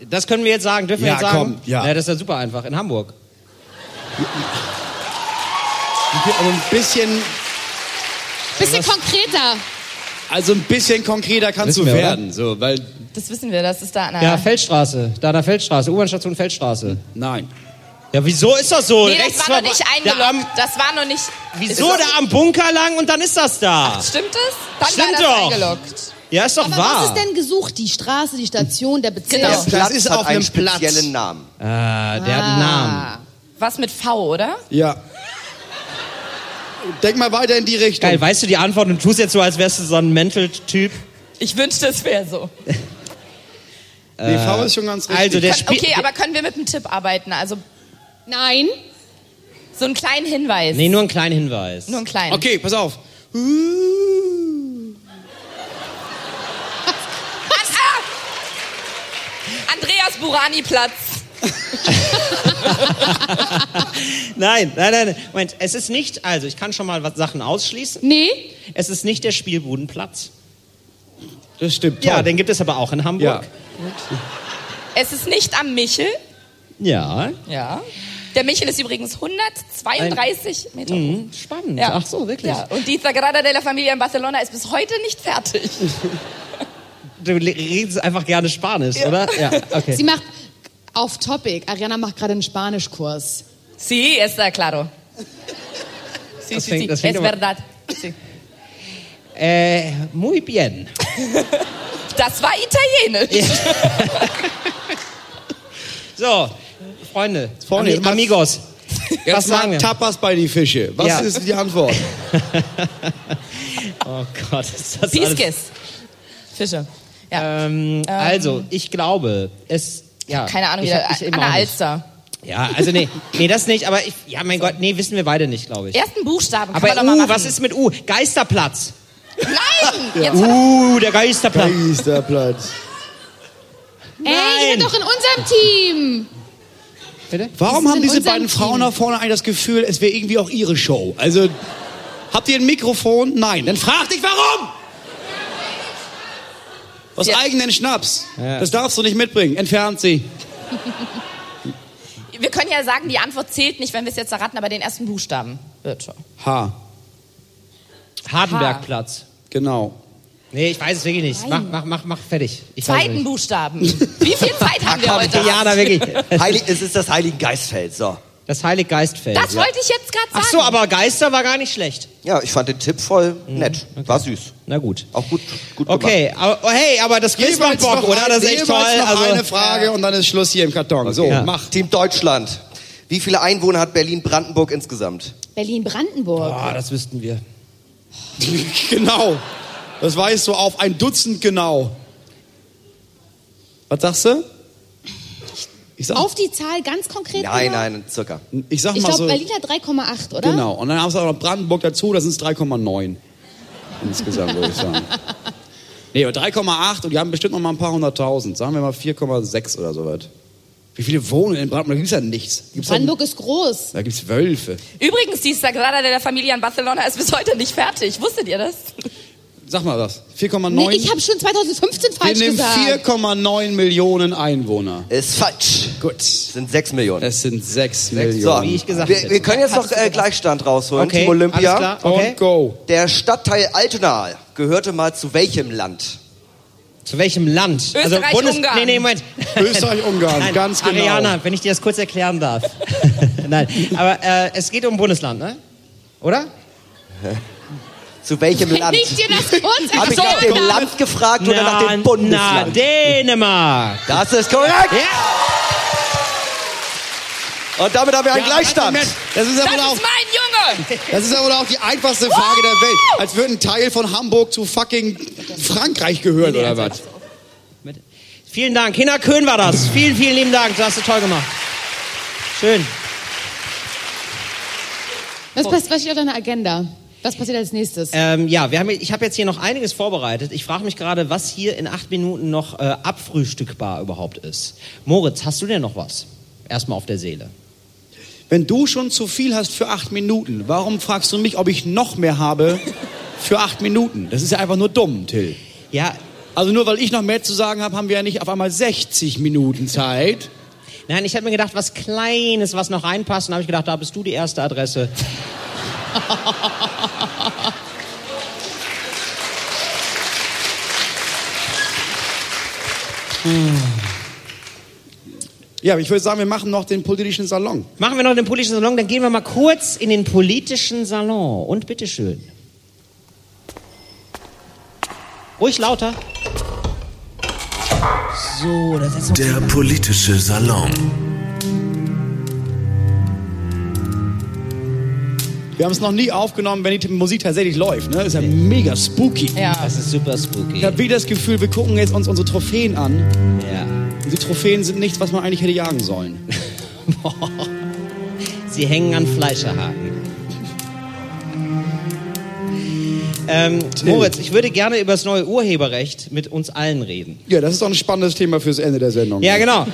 S3: Das können wir jetzt sagen. Dürfen wir
S4: Ja,
S3: jetzt sagen?
S4: komm, ja.
S3: Das ist ja super einfach. In Hamburg.
S4: Aber also ein bisschen,
S9: Bisschen konkreter.
S4: also ein bisschen konkreter kannst
S3: Wissen
S4: du
S3: wir, oder?
S4: werden, so, weil,
S8: Das wissen wir, das ist da an der
S3: Ja, Feldstraße. Da an der Feldstraße. U-Bahn-Station Feldstraße.
S4: nein.
S3: Ja, wieso ist das so?
S8: Nee,
S3: Rechts
S8: das war noch
S3: vorbei-
S8: nicht
S3: Da am,
S4: ähm,
S8: eingeloggt. Das war noch nicht.
S3: wieso da am Bunker lang und dann ist das da?
S8: Stimmt es? Dann
S3: Stimmt
S8: war das
S3: doch.
S8: eingeloggt.
S3: ja, ist doch
S9: Aber
S3: wahr.
S9: was ist denn gesucht? Die Straße, die Station, der Bezirk?
S8: Genau.
S4: Das ist
S11: hat
S4: auf
S11: einen
S4: einem Platz.
S11: speziellen Namen.
S3: Ah, der hat einen Namen.
S8: Was mit V, oder?
S4: Ja. Denk mal weiter in die Richtung.
S3: Geil, weißt du die Antwort und tust jetzt so, als wärst du so ein Mental-Typ.
S8: Ich wünschte, es wäre so.
S4: Nee, V ist schon ganz richtig.
S3: Also der
S8: Können,
S3: Spiel.
S8: okay, aber können wir mit einem Tipp arbeiten? Also
S9: Nein.
S8: so einen kleinen Hinweis.
S3: Nee, nur ein kleiner Hinweis.
S8: Nur einen kleinen.
S4: Okay, pass auf.
S8: Was? Ah! Andreas Burani Platz.
S3: nein, nein, nein. nein. Moment, es ist nicht, also ich kann schon mal was Sachen ausschließen.
S9: Nee.
S3: Es ist nicht der Spielbudenplatz.
S4: Das stimmt.
S3: Ja, den gibt es aber auch in Hamburg.
S8: Es ist nicht am Michel.
S3: Ja.
S8: Ja. Der Michel ist übrigens 132 Meter hoch.
S3: Mhm, spannend.
S8: Ja.
S3: Ach so, wirklich.
S8: Ja. Und die Sagrada de la Familia in Barcelona ist bis heute nicht fertig.
S3: Du le- redest einfach gerne Spanisch, oder? Ja, okay.
S9: Sie macht auf Topic. Ariana macht gerade einen Spanischkurs.
S8: Sí, está (laughs) claro. Sí,
S3: Das
S8: sí,
S3: fängt-
S8: sí.
S3: das fängt
S8: Es
S3: aber-
S8: verdad. Sí.
S3: äh, muy bien.
S8: Das war italienisch.
S3: So, Freunde,
S4: Freunde,
S3: Ami
S4: jetzt mal-
S3: Amigos.
S4: Jetzt
S3: was
S4: mal
S3: sagen wir?
S4: Tapas bei die Fische. Was
S3: Ja.
S4: ist die
S3: (laughs)
S4: Antwort?
S3: Oh Gott, ist das alles...
S8: Pisces. Fische. Ja.
S3: Ähm, also, ich glaube, es... Ja,
S8: Keine Ahnung,
S3: ich
S8: wieder.
S3: hab- ich immer
S8: Anna
S3: auch nicht.
S8: Alster.
S3: Ja, also nee, nee, das nicht, aber ich, ja, mein Gott, nee, wissen wir beide nicht, glaube ich.
S8: Ersten Buchstaben
S3: Aber
S8: kann man doch mal
S3: U,
S8: machen.
S3: was ist mit U? Geisterplatz.
S8: Nein! Jetzt
S3: Uh, der Geisterplatz.
S4: Geisterplatz.
S9: Ey, ihr seid doch in unserem Team.
S4: Warum
S9: Wir
S4: haben
S9: sind
S4: diese
S9: unser
S4: beiden
S9: Team.
S4: Frauen da vorne eigentlich das Gefühl, es wäre irgendwie auch ihre Show? Also, habt ihr ein Mikrofon? Nein. Dann frag dich, warum! Aus eigenen Schnaps. Das darfst du nicht mitbringen. Entfernt sie.
S8: Wir können ja sagen, die Antwort zählt nicht, wenn wir es jetzt erraten, aber den ersten Buchstaben wird schon.
S4: H.
S3: Hardenbergplatz.
S4: Genau.
S3: Nee, ich weiß es wirklich nicht. Mach, mach, mach, mach fertig. Ich weiß es
S8: Zweiten
S3: nicht.
S8: Buchstaben. Wie
S3: (laughs)
S8: viel Zeit haben wir heute?
S3: Ja, da wirklich.
S8: (laughs)
S11: Heilig, es ist das Heiligen Geistfeld, so.
S3: Das Heilige Geistfeld.
S8: Das wollte ich jetzt gerade sagen.
S3: Ach so, aber Geister war gar nicht schlecht.
S11: Ja, ich fand den Tipp voll nett. War süß.
S3: Na gut.
S11: Auch gut, gut
S3: Mhm. Okay, aber, oh, hey, aber das Quiz macht
S4: Jeweils
S3: Bock,
S4: noch
S3: oder?
S4: ein-
S3: Das ist echt
S4: jeweils
S3: toll.
S4: Noch
S3: Also,
S4: eine Frage und dann ist Schluss hier im Karton. So,
S11: Ja.
S4: mach. (laughs)
S11: gemacht. Team Deutschland. Wie viele Einwohner hat Berlin-Brandenburg insgesamt?
S9: Berlin-Brandenburg.
S3: Ah, das wüssten wir.
S4: genau. Das weißt du auf ein Dutzend genau. Was sagst du? Ich sag,
S9: Auf die Zahl ganz konkret.
S11: Nein,
S9: genau?
S11: nein, circa.
S4: ich sag
S9: Ich
S4: mal
S9: glaube,
S4: so.
S9: Berlin hat 3,8, oder?
S4: Genau. Und dann haben sie auch noch Brandenburg dazu, das sind 3,9. Insgesamt, würde ich sagen. (laughs) Nee, aber 3,8 und die haben bestimmt noch mal ein paar hunderttausend. Sagen wir mal 4,6 oder so was. Wie viele wohnen in Brandenburg? Da gibt's ja nichts. Gibt's da,
S9: Brandenburg ist groß.
S4: da gibt's Wölfe.
S8: Übrigens, die Sagrada de la Familia in Barcelona ist bis heute nicht fertig. Wusstet ihr das?
S4: Sag mal was. 4,9.
S9: Nee, ich habe schon 2015
S4: Wir
S9: falsch
S4: nehmen
S9: gesagt.
S4: 4,9 Millionen Einwohner.
S11: Ist falsch.
S4: Gut.
S11: Sind sechs Millionen.
S4: Es sind 6
S11: So,
S4: Millionen.
S3: wie ich gesagt
S11: wir,
S3: hätte.
S11: wir können jetzt noch äh, Gleichstand rausholen.
S3: Okay,
S11: Team Olympia.
S3: alles klar. Okay.
S4: Und go.
S11: Der Stadtteil Altona gehörte mal zu welchem Land?
S3: Zu welchem Land? Also
S8: Österreich, Ungarn.
S3: Nee, nee, Moment.
S4: Österreich-Ungarn,
S3: Nein,
S4: ganz genau.
S3: Ariana, wenn ich dir das kurz erklären darf. (laughs) Nein, aber äh, es geht um Bundesland, ne? Oder? (laughs)
S11: Zu welchem Land?
S9: Nicht dir das kurz
S11: Hab ich nach dem Land gefragt oder nach dem
S3: Na,
S11: Bundesland?
S3: Dänemark.
S11: das ist korrekt. Und damit haben wir einen Gleichstand.
S4: Moment, Das ist ja
S8: Das
S4: wohl
S8: ist
S4: auch,
S8: mein Junge!
S4: das ist ja wohl auch die einfachste Frage der Welt. Als würde ein Teil von Hamburg zu fucking Frankreich gehören oder was?
S3: Mit- Vielen Dank. Hina Köhn war das. Vielen, vielen lieben Dank. Das hast du toll gemacht. Schön.
S9: Was, pass- was steht auf deiner Agenda? Was passiert als nächstes?
S3: Ähm, ja, wir haben, ich habe jetzt hier noch einiges vorbereitet. Ich frage mich gerade, was hier in acht Minuten noch äh, abfrühstückbar überhaupt ist. Moritz, hast du denn noch was? Erstmal auf der Seele.
S4: Wenn du schon zu viel hast für acht Minuten, warum fragst du mich, ob ich noch mehr habe für acht Minuten? Das ist ja einfach nur dumm, Till.
S3: Ja,
S4: Also nur weil ich noch mehr zu sagen habe, haben wir ja nicht auf einmal 60 Minuten Zeit.
S3: nein, ich habe mir gedacht, was Kleines, was noch reinpasst. Und habe ich gedacht, da bist du die erste Adresse.
S4: Ja, aber ich würde sagen, wir machen noch den politischen Salon.
S3: Machen wir noch den politischen Salon, dann gehen wir mal kurz in den politischen Salon. Und bitteschön. Ruhig lauter. So, das ist
S6: Der politische Salon.
S4: Wir haben es noch nie aufgenommen, wenn die Musik tatsächlich läuft. Ne? Ist ja mega spooky.
S8: Ja.
S3: Das ist super
S4: Ich
S3: spooky.
S4: habe wieder das Gefühl, wir gucken jetzt uns unsere Trophäen an.
S3: Ja. (laughs)
S4: Und Die Trophäen sind nichts, was man eigentlich hätte jagen sollen.
S3: Sie hängen an Fleischerhaken. Ähm, Moritz, ich würde gerne über das neue Urheberrecht mit uns allen reden.
S4: Ja, das ist doch ein spannendes Thema fürs Ende der Sendung.
S3: Ja, genau.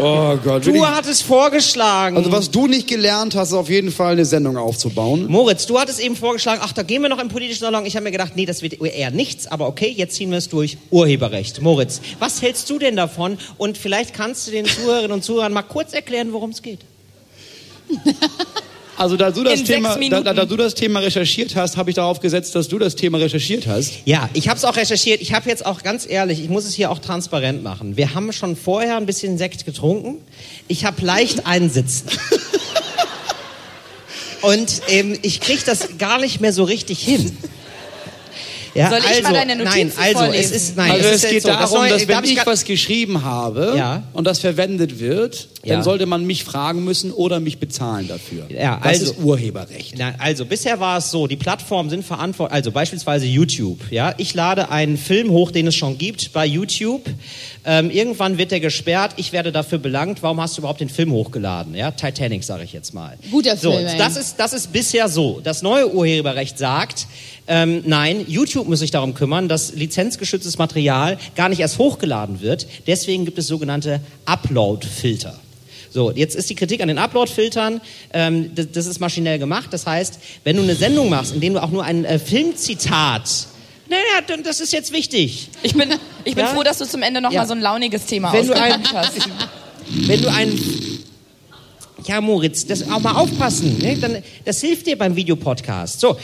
S12: Oh Gott.
S3: Du hattest vorgeschlagen.
S12: Also was du nicht gelernt hast, ist auf jeden Fall eine Sendung aufzubauen.
S3: Moritz, du hattest eben vorgeschlagen, ach, da gehen wir noch im politischen Salon. Ich habe mir gedacht, nee, das wird eher nichts, aber okay, jetzt ziehen wir es durch. Urheberrecht. Moritz, was hältst du denn davon? Und vielleicht kannst du den Zuhörerinnen und Zuhörern mal kurz erklären, worum es geht.
S11: Also da du das
S3: In sechs
S11: Thema, da,
S3: Minuten.
S11: da, da du das Thema recherchiert hast, habe ich darauf gesetzt, dass du das Thema recherchiert hast.
S3: Ja, ich habe es auch recherchiert. Ich habe jetzt auch ganz ehrlich, ich muss es hier auch transparent machen. Wir haben schon vorher ein bisschen Sekt getrunken. Ich habe leicht einsitzen. Und ähm, ich kriege das gar nicht mehr so richtig hin. Ja,
S8: Soll ich mal deine Notizen
S3: nein, also
S8: vorlesen?
S3: es ist nein,
S11: also
S3: es,
S11: es
S3: ist jetzt
S11: geht
S3: so. Das
S11: darum,
S3: neue-
S11: dass
S3: darf
S11: wenn ich
S3: grad-
S11: was geschrieben habe
S3: Ja.
S11: und das verwendet wird,
S3: Ja.
S11: dann sollte man mich fragen müssen oder mich bezahlen dafür.
S3: Ja,
S11: das
S3: also-
S11: ist Urheberrecht.
S3: Na, also bisher war es so, die Plattformen sind verantwortlich, also beispielsweise YouTube. Ja, ich lade einen Film hoch, den es schon gibt bei YouTube. Ähm, irgendwann wird der gesperrt, ich werde dafür belangt. Warum hast du überhaupt den Film hochgeladen? Ja, Titanic sage ich jetzt mal.
S9: Guter
S3: so,
S9: Film, ey.
S3: das ist das ist bisher so. Das neue Urheberrecht sagt, ähm, nein, YouTube muss sich darum kümmern, dass lizenzgeschütztes Material gar nicht erst hochgeladen wird. Deswegen gibt es sogenannte Upload-Filter. So, jetzt ist die Kritik an den Upload-Filtern, ähm, das, das ist maschinell gemacht. Das heißt, wenn du eine Sendung machst, in dem du auch nur ein äh, Filmzitat, naja, dann- das ist jetzt wichtig.
S8: Ich bin, ich bin
S3: Ja?
S8: froh, dass du zum Ende noch
S3: Ja.
S8: mal so ein launiges Thema
S3: Wenn du
S8: ausgepackt
S3: ein-
S8: hast.
S3: Wenn du ein ja, Moritz, das auch mal aufpassen. Ne? Dann, das hilft dir beim Videopodcast. So,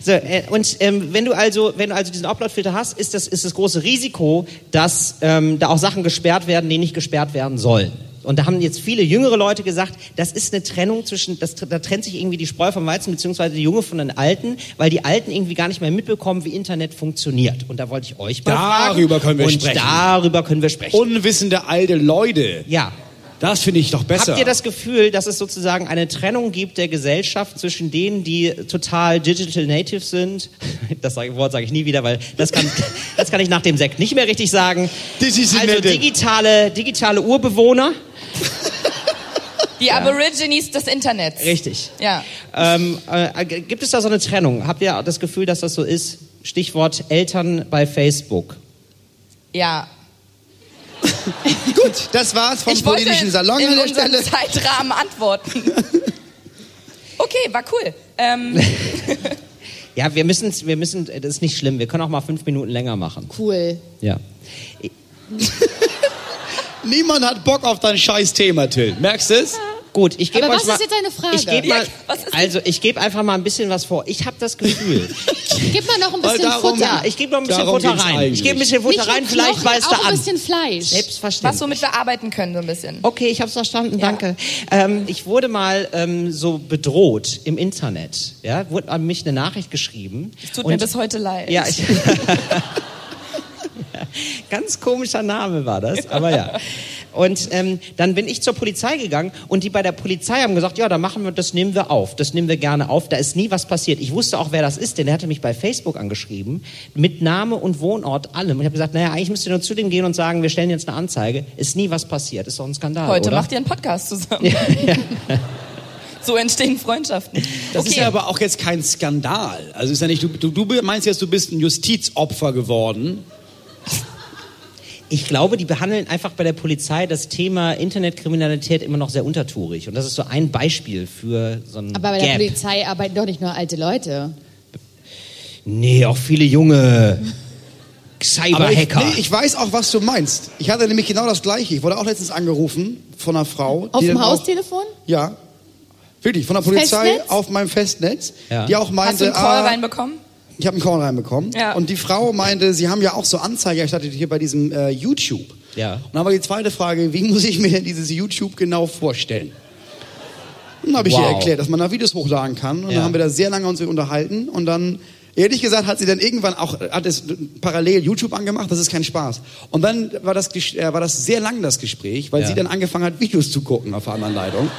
S3: so äh, und ähm, wenn du also, wenn du also diesen Upload-Filter hast, ist das ist das große Risiko, dass ähm, da auch Sachen gesperrt werden, die nicht gesperrt werden sollen. Und da haben jetzt viele jüngere Leute gesagt, das ist eine Trennung zwischen, das, da trennt sich irgendwie die Spreu vom Weizen, beziehungsweise die Junge von den Alten, weil die Alten irgendwie gar nicht mehr mitbekommen, wie Internet funktioniert. Und da wollte ich euch mal fragen.
S11: Darüber können wir
S3: und
S11: sprechen.
S3: darüber können wir sprechen.
S11: Unwissende alte Leute.
S3: Ja.
S11: Das finde ich doch besser.
S3: Habt ihr das Gefühl, dass es sozusagen eine Trennung gibt der Gesellschaft zwischen denen, die total digital native sind? (laughs) Das sag- Wort sage ich nie wieder, weil das kann, (laughs) das kann ich nach dem Sekt nicht mehr richtig sagen. Also
S8: native.
S3: digitale, digitale Urbewohner.
S8: Die Aborigines des Internets.
S3: Richtig.
S8: Ja.
S3: Ähm, äh, g- gibt es da so eine Trennung? Habt ihr das Gefühl, dass das so ist? Stichwort Eltern bei Facebook.
S8: Ja.
S4: Gut, das war's vom
S8: ich wollte
S4: politischen Salon
S8: in
S4: an der
S8: unserem
S4: Stelle.
S8: Zeitrahmen antworten. Okay, war cool. Ähm,
S3: Ja, wir müssen, wir müssen, das ist nicht schlimm. Wir können auch mal fünf Minuten länger machen.
S9: Cool.
S3: Ja.
S11: (laughs) Niemand hat Bock auf dein scheiß Thema, Till. Merkst du es?
S3: Gut, ich gebe
S9: Aber
S3: euch
S9: was
S3: mal,
S9: ist jetzt deine Frage?
S3: Ich gebe
S9: Ja,
S3: mal, also ich gebe einfach mal ein bisschen was vor. Ich habe das
S9: (laughs)
S3: Gefühl.
S9: Gib mal noch ein bisschen Futter.
S3: ich gebe noch ein bisschen
S11: darum
S3: Futter
S11: ging's
S3: rein. Ich gebe ein bisschen
S9: Nicht
S3: Futter
S9: nur
S3: rein, vielleicht
S9: Knochen,
S3: weiß da
S9: auch ein
S3: an.
S9: bisschen Fleisch.
S3: Selbstverständlich.
S8: was womit wir arbeiten können, so ein bisschen.
S3: Okay, ich habe es verstanden, danke. Ähm, ich wurde mal ähm, so bedroht im Internet. Ja, wurde an mich eine Nachricht geschrieben.
S8: Es tut mir bis heute leid.
S3: Ja, ich, (laughs) Ganz komischer Name war das, aber ja. Und ähm, dann bin ich zur Polizei gegangen und die bei der Polizei haben gesagt, ja, da machen wir, das nehmen wir auf, das nehmen wir gerne auf. Da ist nie was passiert. Ich wusste auch, wer das ist, denn der hatte mich bei Facebook angeschrieben mit Name und Wohnort allem. Und ich habe gesagt, naja, eigentlich müsst ihr nur zu dem gehen und sagen, wir stellen jetzt eine Anzeige. Ist nie was passiert, ist doch ein Skandal,
S8: Heute
S3: oder?
S8: macht ihr einen Podcast zusammen. (laughs) So entstehen Freundschaften.
S11: Das ist
S8: okay.
S11: ja aber auch jetzt kein Skandal. Also ist ja nicht, du, du, du meinst jetzt, du bist ein Justizopfer geworden.
S3: Ich glaube, die behandeln einfach bei der Polizei das Thema Internetkriminalität immer noch sehr untertourig. Und das ist so ein Beispiel für so ein
S9: Aber bei der
S3: Gap.
S9: Polizei arbeiten doch nicht nur alte Leute.
S3: Nee, auch viele junge Cyberhacker.
S4: Aber Ich, nee, ich weiß auch, was du meinst. Ich hatte nämlich genau das Gleiche. Ich wurde auch letztens angerufen von einer Frau.
S9: Auf
S4: die
S9: dem
S4: dann auch-
S9: Haustelefon?
S4: Ja. Wirklich, von der Polizei
S9: Festnetz?
S4: auf meinem Festnetz.
S3: Ja.
S4: Die auch meinte,
S8: Hast du einen Call
S4: ah,
S8: reinbekommen?
S4: ich habe einen Call reinbekommen.
S8: Ja.
S4: Und die Frau meinte, sie haben ja auch so Anzeige erstattet hier bei diesem äh, YouTube.
S3: Ja.
S4: Und dann war die zweite Frage, wie (laughs) muss ich mir denn dieses YouTube genau vorstellen? Dann habe ich ihr
S3: Wow.
S4: erklärt, dass man da Videos hochladen kann. Und
S3: Ja.
S4: dann haben wir da äh, sehr lange uns unterhalten. Und dann, ehrlich gesagt, hat sie dann irgendwann auch, hat es parallel YouTube angemacht. Das ist kein Spaß. Und dann war das, Gesch- äh, war das sehr lang, das Gespräch, weil
S3: Ja.
S4: sie dann angefangen hat, Videos zu gucken auf der anderen Leitung.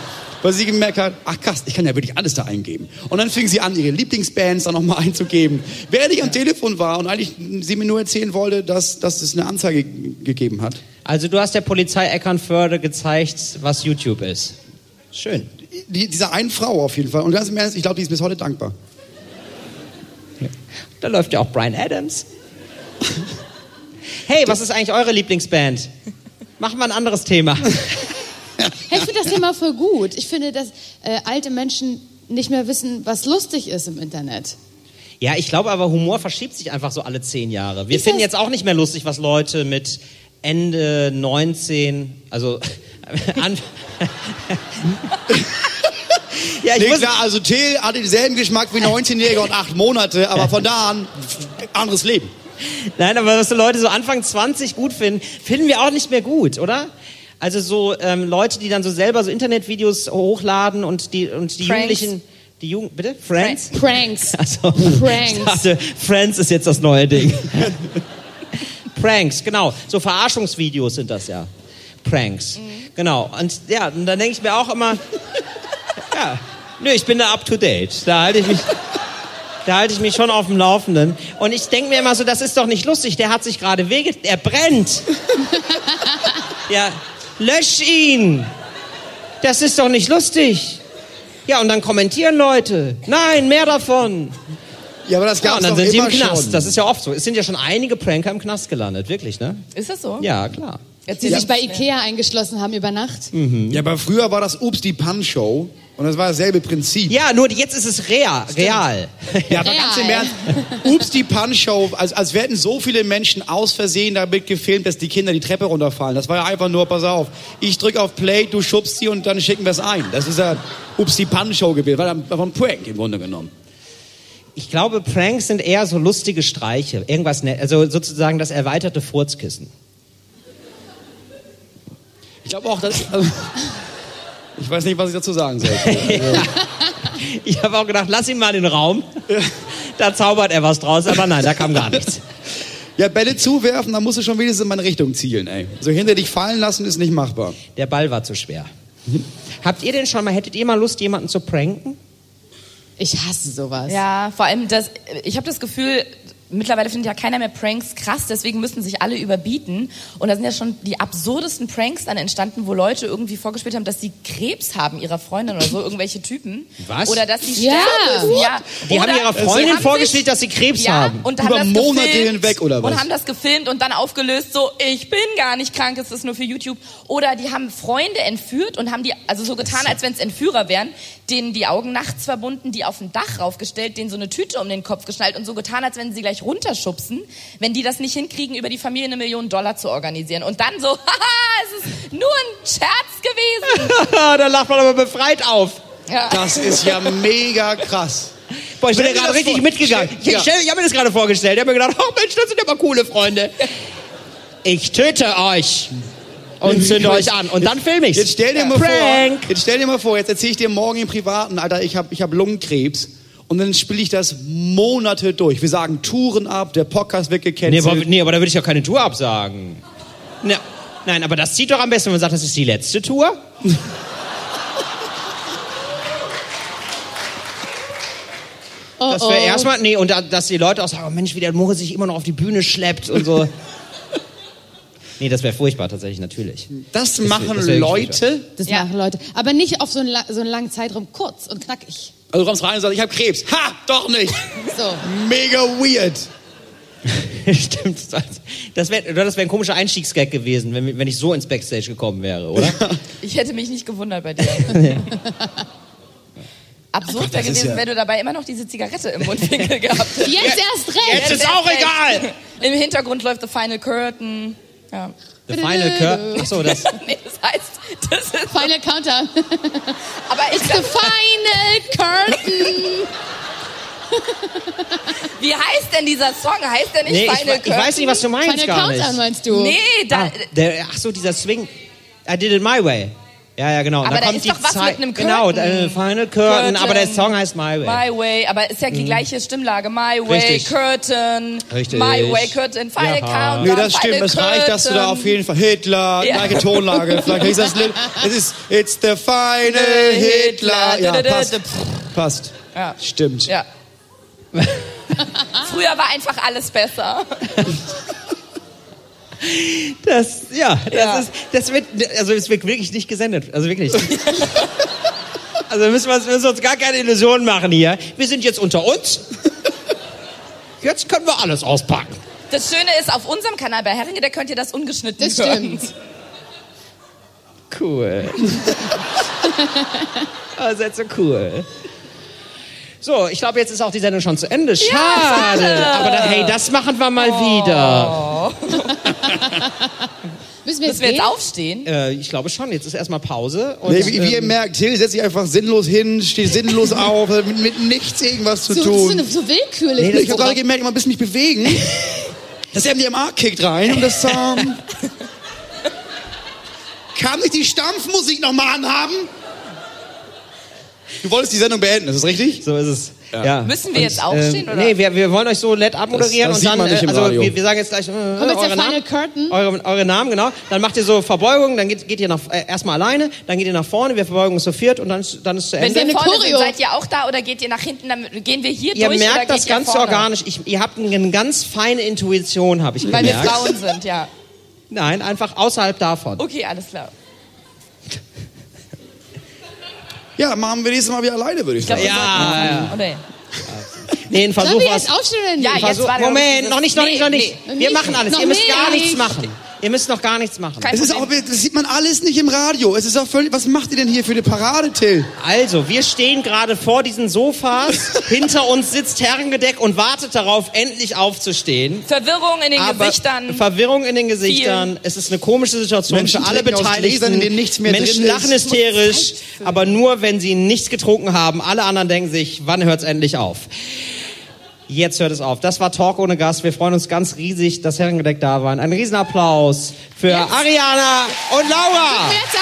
S4: Weil sie gemerkt hat, ach krass, ich kann ja wirklich alles da eingeben. Und dann fing sie an, ihre Lieblingsbands da nochmal (laughs) einzugeben. Während ich am Telefon war und eigentlich mh, sie mir nur erzählen wollte, dass, dass es eine Anzeige g- gegeben hat.
S3: Also du hast der Polizei Eckernförde gezeigt, was YouTube ist. Schön.
S4: Die, dieser einen Frau auf jeden Fall. Und ganz im Ernst, ich glaube, die ist bis heute dankbar.
S3: Da läuft ja auch Brian
S11: (laughs)
S3: Adams.
S11: (laughs)
S3: Hey, was ist eigentlich eure Lieblingsband? Machen wir ein anderes Thema.
S9: das Thema voll gut. Ich finde, dass äh, alte Menschen nicht mehr wissen, was lustig ist im Internet.
S3: Ja, ich glaube aber, Humor verschiebt sich einfach so alle zehn Jahre. Wir finden jetzt auch nicht mehr lustig, was Leute mit Ende 19, also (laughs) an, ja,
S4: nee, klar, also Till hatte denselben Geschmack wie 19-Jähriger und 8 Monate, aber von da an anderes Leben.
S3: Nein, aber was so Leute so Anfang 20 gut finden, finden wir auch nicht mehr gut, oder? Also so ähm, Leute, die dann so selber so Internetvideos hochladen und die und die
S9: Pranks.
S3: Jugendlichen, die Jugend, bitte Friends.
S9: Pranks.
S3: (laughs) Also,
S9: Pranks.
S3: Ich dachte, Friends ist jetzt das neue Ding. (laughs) Pranks, genau. So Verarschungsvideos sind das ja. Pranks. Genau. Und ja, und dann denke ich mir auch immer, ja, nö, ich bin da up to date. Da halte ich mich, da halte ich mich schon auf dem Laufenden. Und ich denke mir immer so, das ist doch nicht lustig. Der hat sich gerade wege, er brennt. Ja, lösch ihn. Das ist doch nicht lustig. Ja, und dann kommentieren Leute. Nein, mehr davon.
S4: Ja, aber das
S3: Ja,
S4: gab's
S3: und dann
S4: doch
S3: sind sie im
S4: immer
S3: Knast.
S4: schon.
S3: Das ist ja oft so. Es sind ja schon einige Pranker im Knast gelandet, wirklich, ne?
S8: Ist das so?
S3: Ja, klar.
S9: Die sich bei Ikea eingeschlossen haben über Nacht.
S4: Ja, aber früher war das Ups die Pan Show und das war dasselbe Prinzip.
S3: Ja, nur jetzt ist es real. real.
S4: Ja, aber ganz im Ernst, Ups die Pan Show, als, als werden so viele Menschen aus Versehen damit gefilmt, dass die Kinder die Treppe runterfallen. Das war ja einfach nur, pass auf, ich drück auf Play, du schubst sie und dann schicken wir es ein. Das ist ja Ups die Pan Show gewesen, war dann- war ein Prank im Grunde genommen.
S3: Ich glaube, Pranks sind eher so lustige Streiche. Irgendwas, ne also sozusagen das erweiterte Furzkissen. (laughs)
S4: Ich glaube auch, dass... Also, ich weiß nicht, was ich dazu sagen soll.
S3: Ich habe auch gedacht, lass ihn mal in den (laughs) Raum. Da zaubert er was draus, aber nein, da kam gar nichts.
S4: Ja, Bälle zuwerfen, dann musst du schon wenigstens in meine Richtung zielen, ey. So hinter dich fallen lassen ist nicht machbar.
S3: Der Ball war zu schwer. Habt ihr denn schon mal, hättet ihr mal Lust, jemanden zu pranken?
S9: Ich hasse sowas.
S8: Ja, vor allem das, ich habe das Gefühl, mittlerweile findet ja keiner mehr Pranks krass, deswegen müssen sich alle überbieten. Und da sind ja schon die absurdesten Pranks dann entstanden, wo Leute irgendwie vorgespielt haben, dass sie Krebs haben ihrer Freundin oder so, irgendwelche Typen.
S3: Was?
S8: Oder dass sie
S9: Ja.
S8: sterben. Ja.
S3: Die haben
S8: Oder
S3: ihrer
S8: sie
S3: Freundin
S8: haben sich-
S3: vorgespielt, dass sie Krebs
S8: ja,
S3: haben.
S8: Und haben
S4: Über
S8: das
S4: Monate
S8: gefilmt
S4: hinweg, oder was?
S8: Und haben das gefilmt und dann aufgelöst, so, ich bin gar nicht krank, es ist nur für YouTube. Oder die haben Freunde entführt und haben die, also so getan, als wenn es Entführer wären, denen die Augen nachts verbunden, die auf ein Dach raufgestellt, denen so eine Tüte um den Kopf geschnallt und so getan, als wenn sie gleich runterschubsen, wenn die das nicht hinkriegen, über die Familie eine Million Dollar zu organisieren. Und dann so, (laughs) haha, es ist nur ein Scherz
S3: (laughs)
S8: gewesen.
S3: da lacht man aber befreit auf.
S8: Ja.
S4: Das ist ja mega krass.
S3: Boah, ich bin ja
S4: Wenn dir
S3: gerade
S4: das
S3: richtig
S4: vor-
S3: mitgegangen. Ich,
S4: Ja.
S3: ich, ich habe mir das gerade vorgestellt. Ich habe mir gedacht, oh Mensch, das sind aber coole Freunde. Ich töte euch und zünde euch an. Und dann filme ich's.
S4: Jetzt stell dir mal
S3: Prank.
S4: vor, jetzt stell dir mal vor, jetzt erzähle ich dir morgen im Privaten, Alter, ich habe ich hab Lungenkrebs. Und dann spiele ich das Monate durch. Wir sagen Touren ab, der Podcast wird
S3: Nee, aber,
S4: gecancelt.
S3: nee, aber da würde ich ja keine Tour absagen. Na, nein, aber das zieht doch am besten, wenn man sagt, das ist die
S4: (laughs)
S3: letzte Tour.
S9: Oh,
S3: Dass wir erstmal, nee, und da, dass die Leute auch sagen, oh Mensch, wie der Moritz sich immer noch auf die Bühne schleppt
S4: (laughs)
S3: und so. nee, das wäre furchtbar tatsächlich, natürlich.
S4: das machen
S3: deswegen-
S4: Leute.
S9: Das machen Leute. Aber nicht auf so einen, la- so einen langen Zeitraum. Kurz und knackig.
S4: Also du kommst rein und sagst, ich habe Krebs. Ha, doch nicht.
S9: So.
S4: Mega weird.
S3: (laughs) Stimmt. Das wäre das wär ein komischer Einstiegsgag gewesen, wenn, wenn ich so ins Backstage gekommen wäre, (laughs) oder?
S8: Ich hätte mich nicht gewundert bei dir. (laughs) Absurd wäre gewesen, wenn du dabei immer noch diese Zigarette im Mundwinkel (laughs) gehabt hättest.
S9: Jetzt erst recht.
S8: Äh,
S3: ist auch egal.
S8: Im Hintergrund läuft The Final Curtain. Ja. (laughs)
S3: The Final
S8: Äh.
S3: Curtain. Achso, das.
S8: nee, das heißt, das ist.
S9: Final Counter.
S8: Aber ich
S9: It's the
S8: glaub,
S9: final curtain.
S8: wie heißt denn dieser Song? Heißt der nicht
S3: Nee, ich,
S8: Final
S3: ich
S8: Curtain?
S3: weiß nicht, was du meinst
S9: Final
S3: gar nicht.
S9: Countdown meinst du?
S8: Nee, da,
S3: Ah, der, ach so, dieser Swing. I did it my way. Ja, ja, genau. Und
S8: Aber
S3: dann
S8: da
S3: kommt
S8: ist
S3: die
S8: doch was mit
S3: Zeit-
S8: einem
S3: Genau,
S8: Curtain.
S3: äh, Final Curtain, aber der Song heißt My Way.
S8: My Way, aber ist ja die gleiche Stimmlage. My Way,
S3: Ah. Richtig.
S8: Curtain.
S3: Richtig.
S8: My Way, Curtain. Final
S3: Ja.
S8: Countdown.
S4: Nee, das
S8: Final
S4: stimmt. Es reicht, dass du da auf jeden Fall Hitler,
S8: Ja.
S4: gleiche Tonlage. Vielleicht ist das Lied. Es ist It's the final Hitler. Ja, passt. Passt.
S8: Ja.
S4: Stimmt.
S8: Ja. Früher war einfach alles besser.
S3: Das, ja, das
S8: Ja.
S3: ist, das wird, also es wird wirklich nicht gesendet. Also wirklich. (laughs) also müssen wir, uns- müssen wir uns gar keine Illusionen machen hier. Wir sind jetzt unter uns. Jetzt können wir alles auspacken.
S8: Das Schöne ist, auf unserem Kanal bei (laughs) Heringe, da könnt ihr das ungeschnitten
S9: Das
S3: (laughs)
S8: hören.
S9: stimmt.
S3: Cool. Oh, seid so cool. So, ich glaube, jetzt ist auch die Sendung schon zu Ende. Schade. Oh. Aber da, hey, das machen wir mal wieder.
S9: Müssen wir jetzt,
S8: wir jetzt
S9: gehen?
S8: aufstehen?
S3: Äh, ich glaube schon. Jetzt ist erstmal Pause. Und,
S4: Nee, wie, wie ihr
S3: ähm,
S4: merkt, Till setzt sich einfach sinnlos hin, steht sinnlos auf, hat mit, mit nichts irgendwas zu
S9: So, so,
S4: tun.
S9: eine, so willkürlich.
S4: ich habe gerade gemerkt, man muss mich bewegen. Das MDMA kickt rein und das ähm, kann ich die Stampfmusik nochmal anhaben? Du wolltest die Sendung beenden, ist das richtig?
S3: So ist es. Ja. ähm,
S8: Müssen wir jetzt aufstehen, oder?
S3: Nee, wir, wir wollen euch so nett abmoderieren
S4: Das- das sieht
S3: und dann,
S4: man nicht
S3: äh,
S4: im
S3: also
S4: Radio.
S3: wir, wir sagen jetzt gleich äh,
S9: Kommt jetzt
S3: eure
S9: der Final
S3: Namen,
S9: Curtain?
S3: eure, eure Namen, genau. Dann macht ihr so Verbeugungen, dann geht, geht ihr nach, äh, erstmal alleine, dann geht ihr nach vorne, wir verbeugen uns so viert und dann, ist- dann ist zu
S8: Wenn
S3: Ende.
S8: wir
S9: eine
S8: vorne sind,
S9: Choreo.
S8: seid ihr auch da oder geht ihr nach hinten? Damit, gehen wir hier
S3: Ihr
S8: durch oder
S3: merkt
S8: geht
S3: das
S8: ihr
S3: ganz
S8: vorne?
S3: organisch. Ich, ihr habt eine ganz feine Intuition, habe ich
S8: Weil wir
S3: gemerkt.
S8: Frauen sind, ja.
S3: Nein, einfach außerhalb davon.
S8: Okay, alles klar.
S4: Ja, machen wir nächstes Mal wieder alleine, würde ich sagen.
S8: glaub,
S3: Ja, Ah, ja.
S8: Oder? Ja,
S3: Nee, ein Versuch
S9: Sollen wir
S3: war's.
S9: jetzt aufstehen oder nicht?
S8: Ja, jetzt
S3: Versuch,
S8: war der-
S3: Moment, noch nicht, noch nicht, noch nicht.
S9: nee.
S3: Wir
S9: Nicht.
S3: machen alles.
S9: Noch
S3: Ihr müsst gar
S9: nicht.
S3: nichts machen. Ihr müsst noch gar nichts machen.
S8: Kein
S4: Es ist auch,
S8: Problem.
S4: das sieht man alles nicht im Radio. Es ist auch völlig, was macht ihr denn hier für eine Parade, Till?
S3: Also, wir stehen gerade vor diesen
S4: (laughs)
S3: Sofas. Hinter uns sitzt Herrengedeck und wartet darauf, endlich aufzustehen.
S8: Verwirrung in den
S3: Aber
S8: Gesichtern.
S3: Verwirrung in den Gesichtern. Es ist eine komische Situation
S4: Menschen
S3: für alle
S4: trinken aus
S3: Beteiligten.
S4: Gläsern, in denen nichts mehr
S3: Menschen
S4: drin ist.
S3: lachen hysterisch, aber nur, wenn sie nichts getrunken haben. Alle anderen denken sich, wann hört's endlich auf? Jetzt hört es auf. Das war Talk ohne Gast. Wir freuen uns ganz riesig, dass Herrengedeck da waren. Ein Riesenapplaus für Ariana und Laura.
S9: Jetzt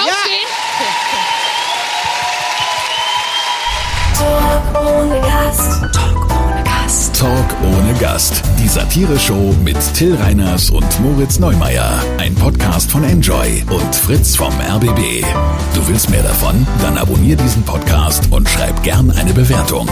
S9: aufstehen?
S13: Talk ohne Gast. Talk ohne Gast.
S6: Talk ohne Gast. Die Satire-Show mit Till Reiners und Moritz Neumeier. Ein Podcast von Enjoy und Fritz vom RBB. Du willst mehr davon? Dann abonnier diesen Podcast und schreib gern eine Bewertung.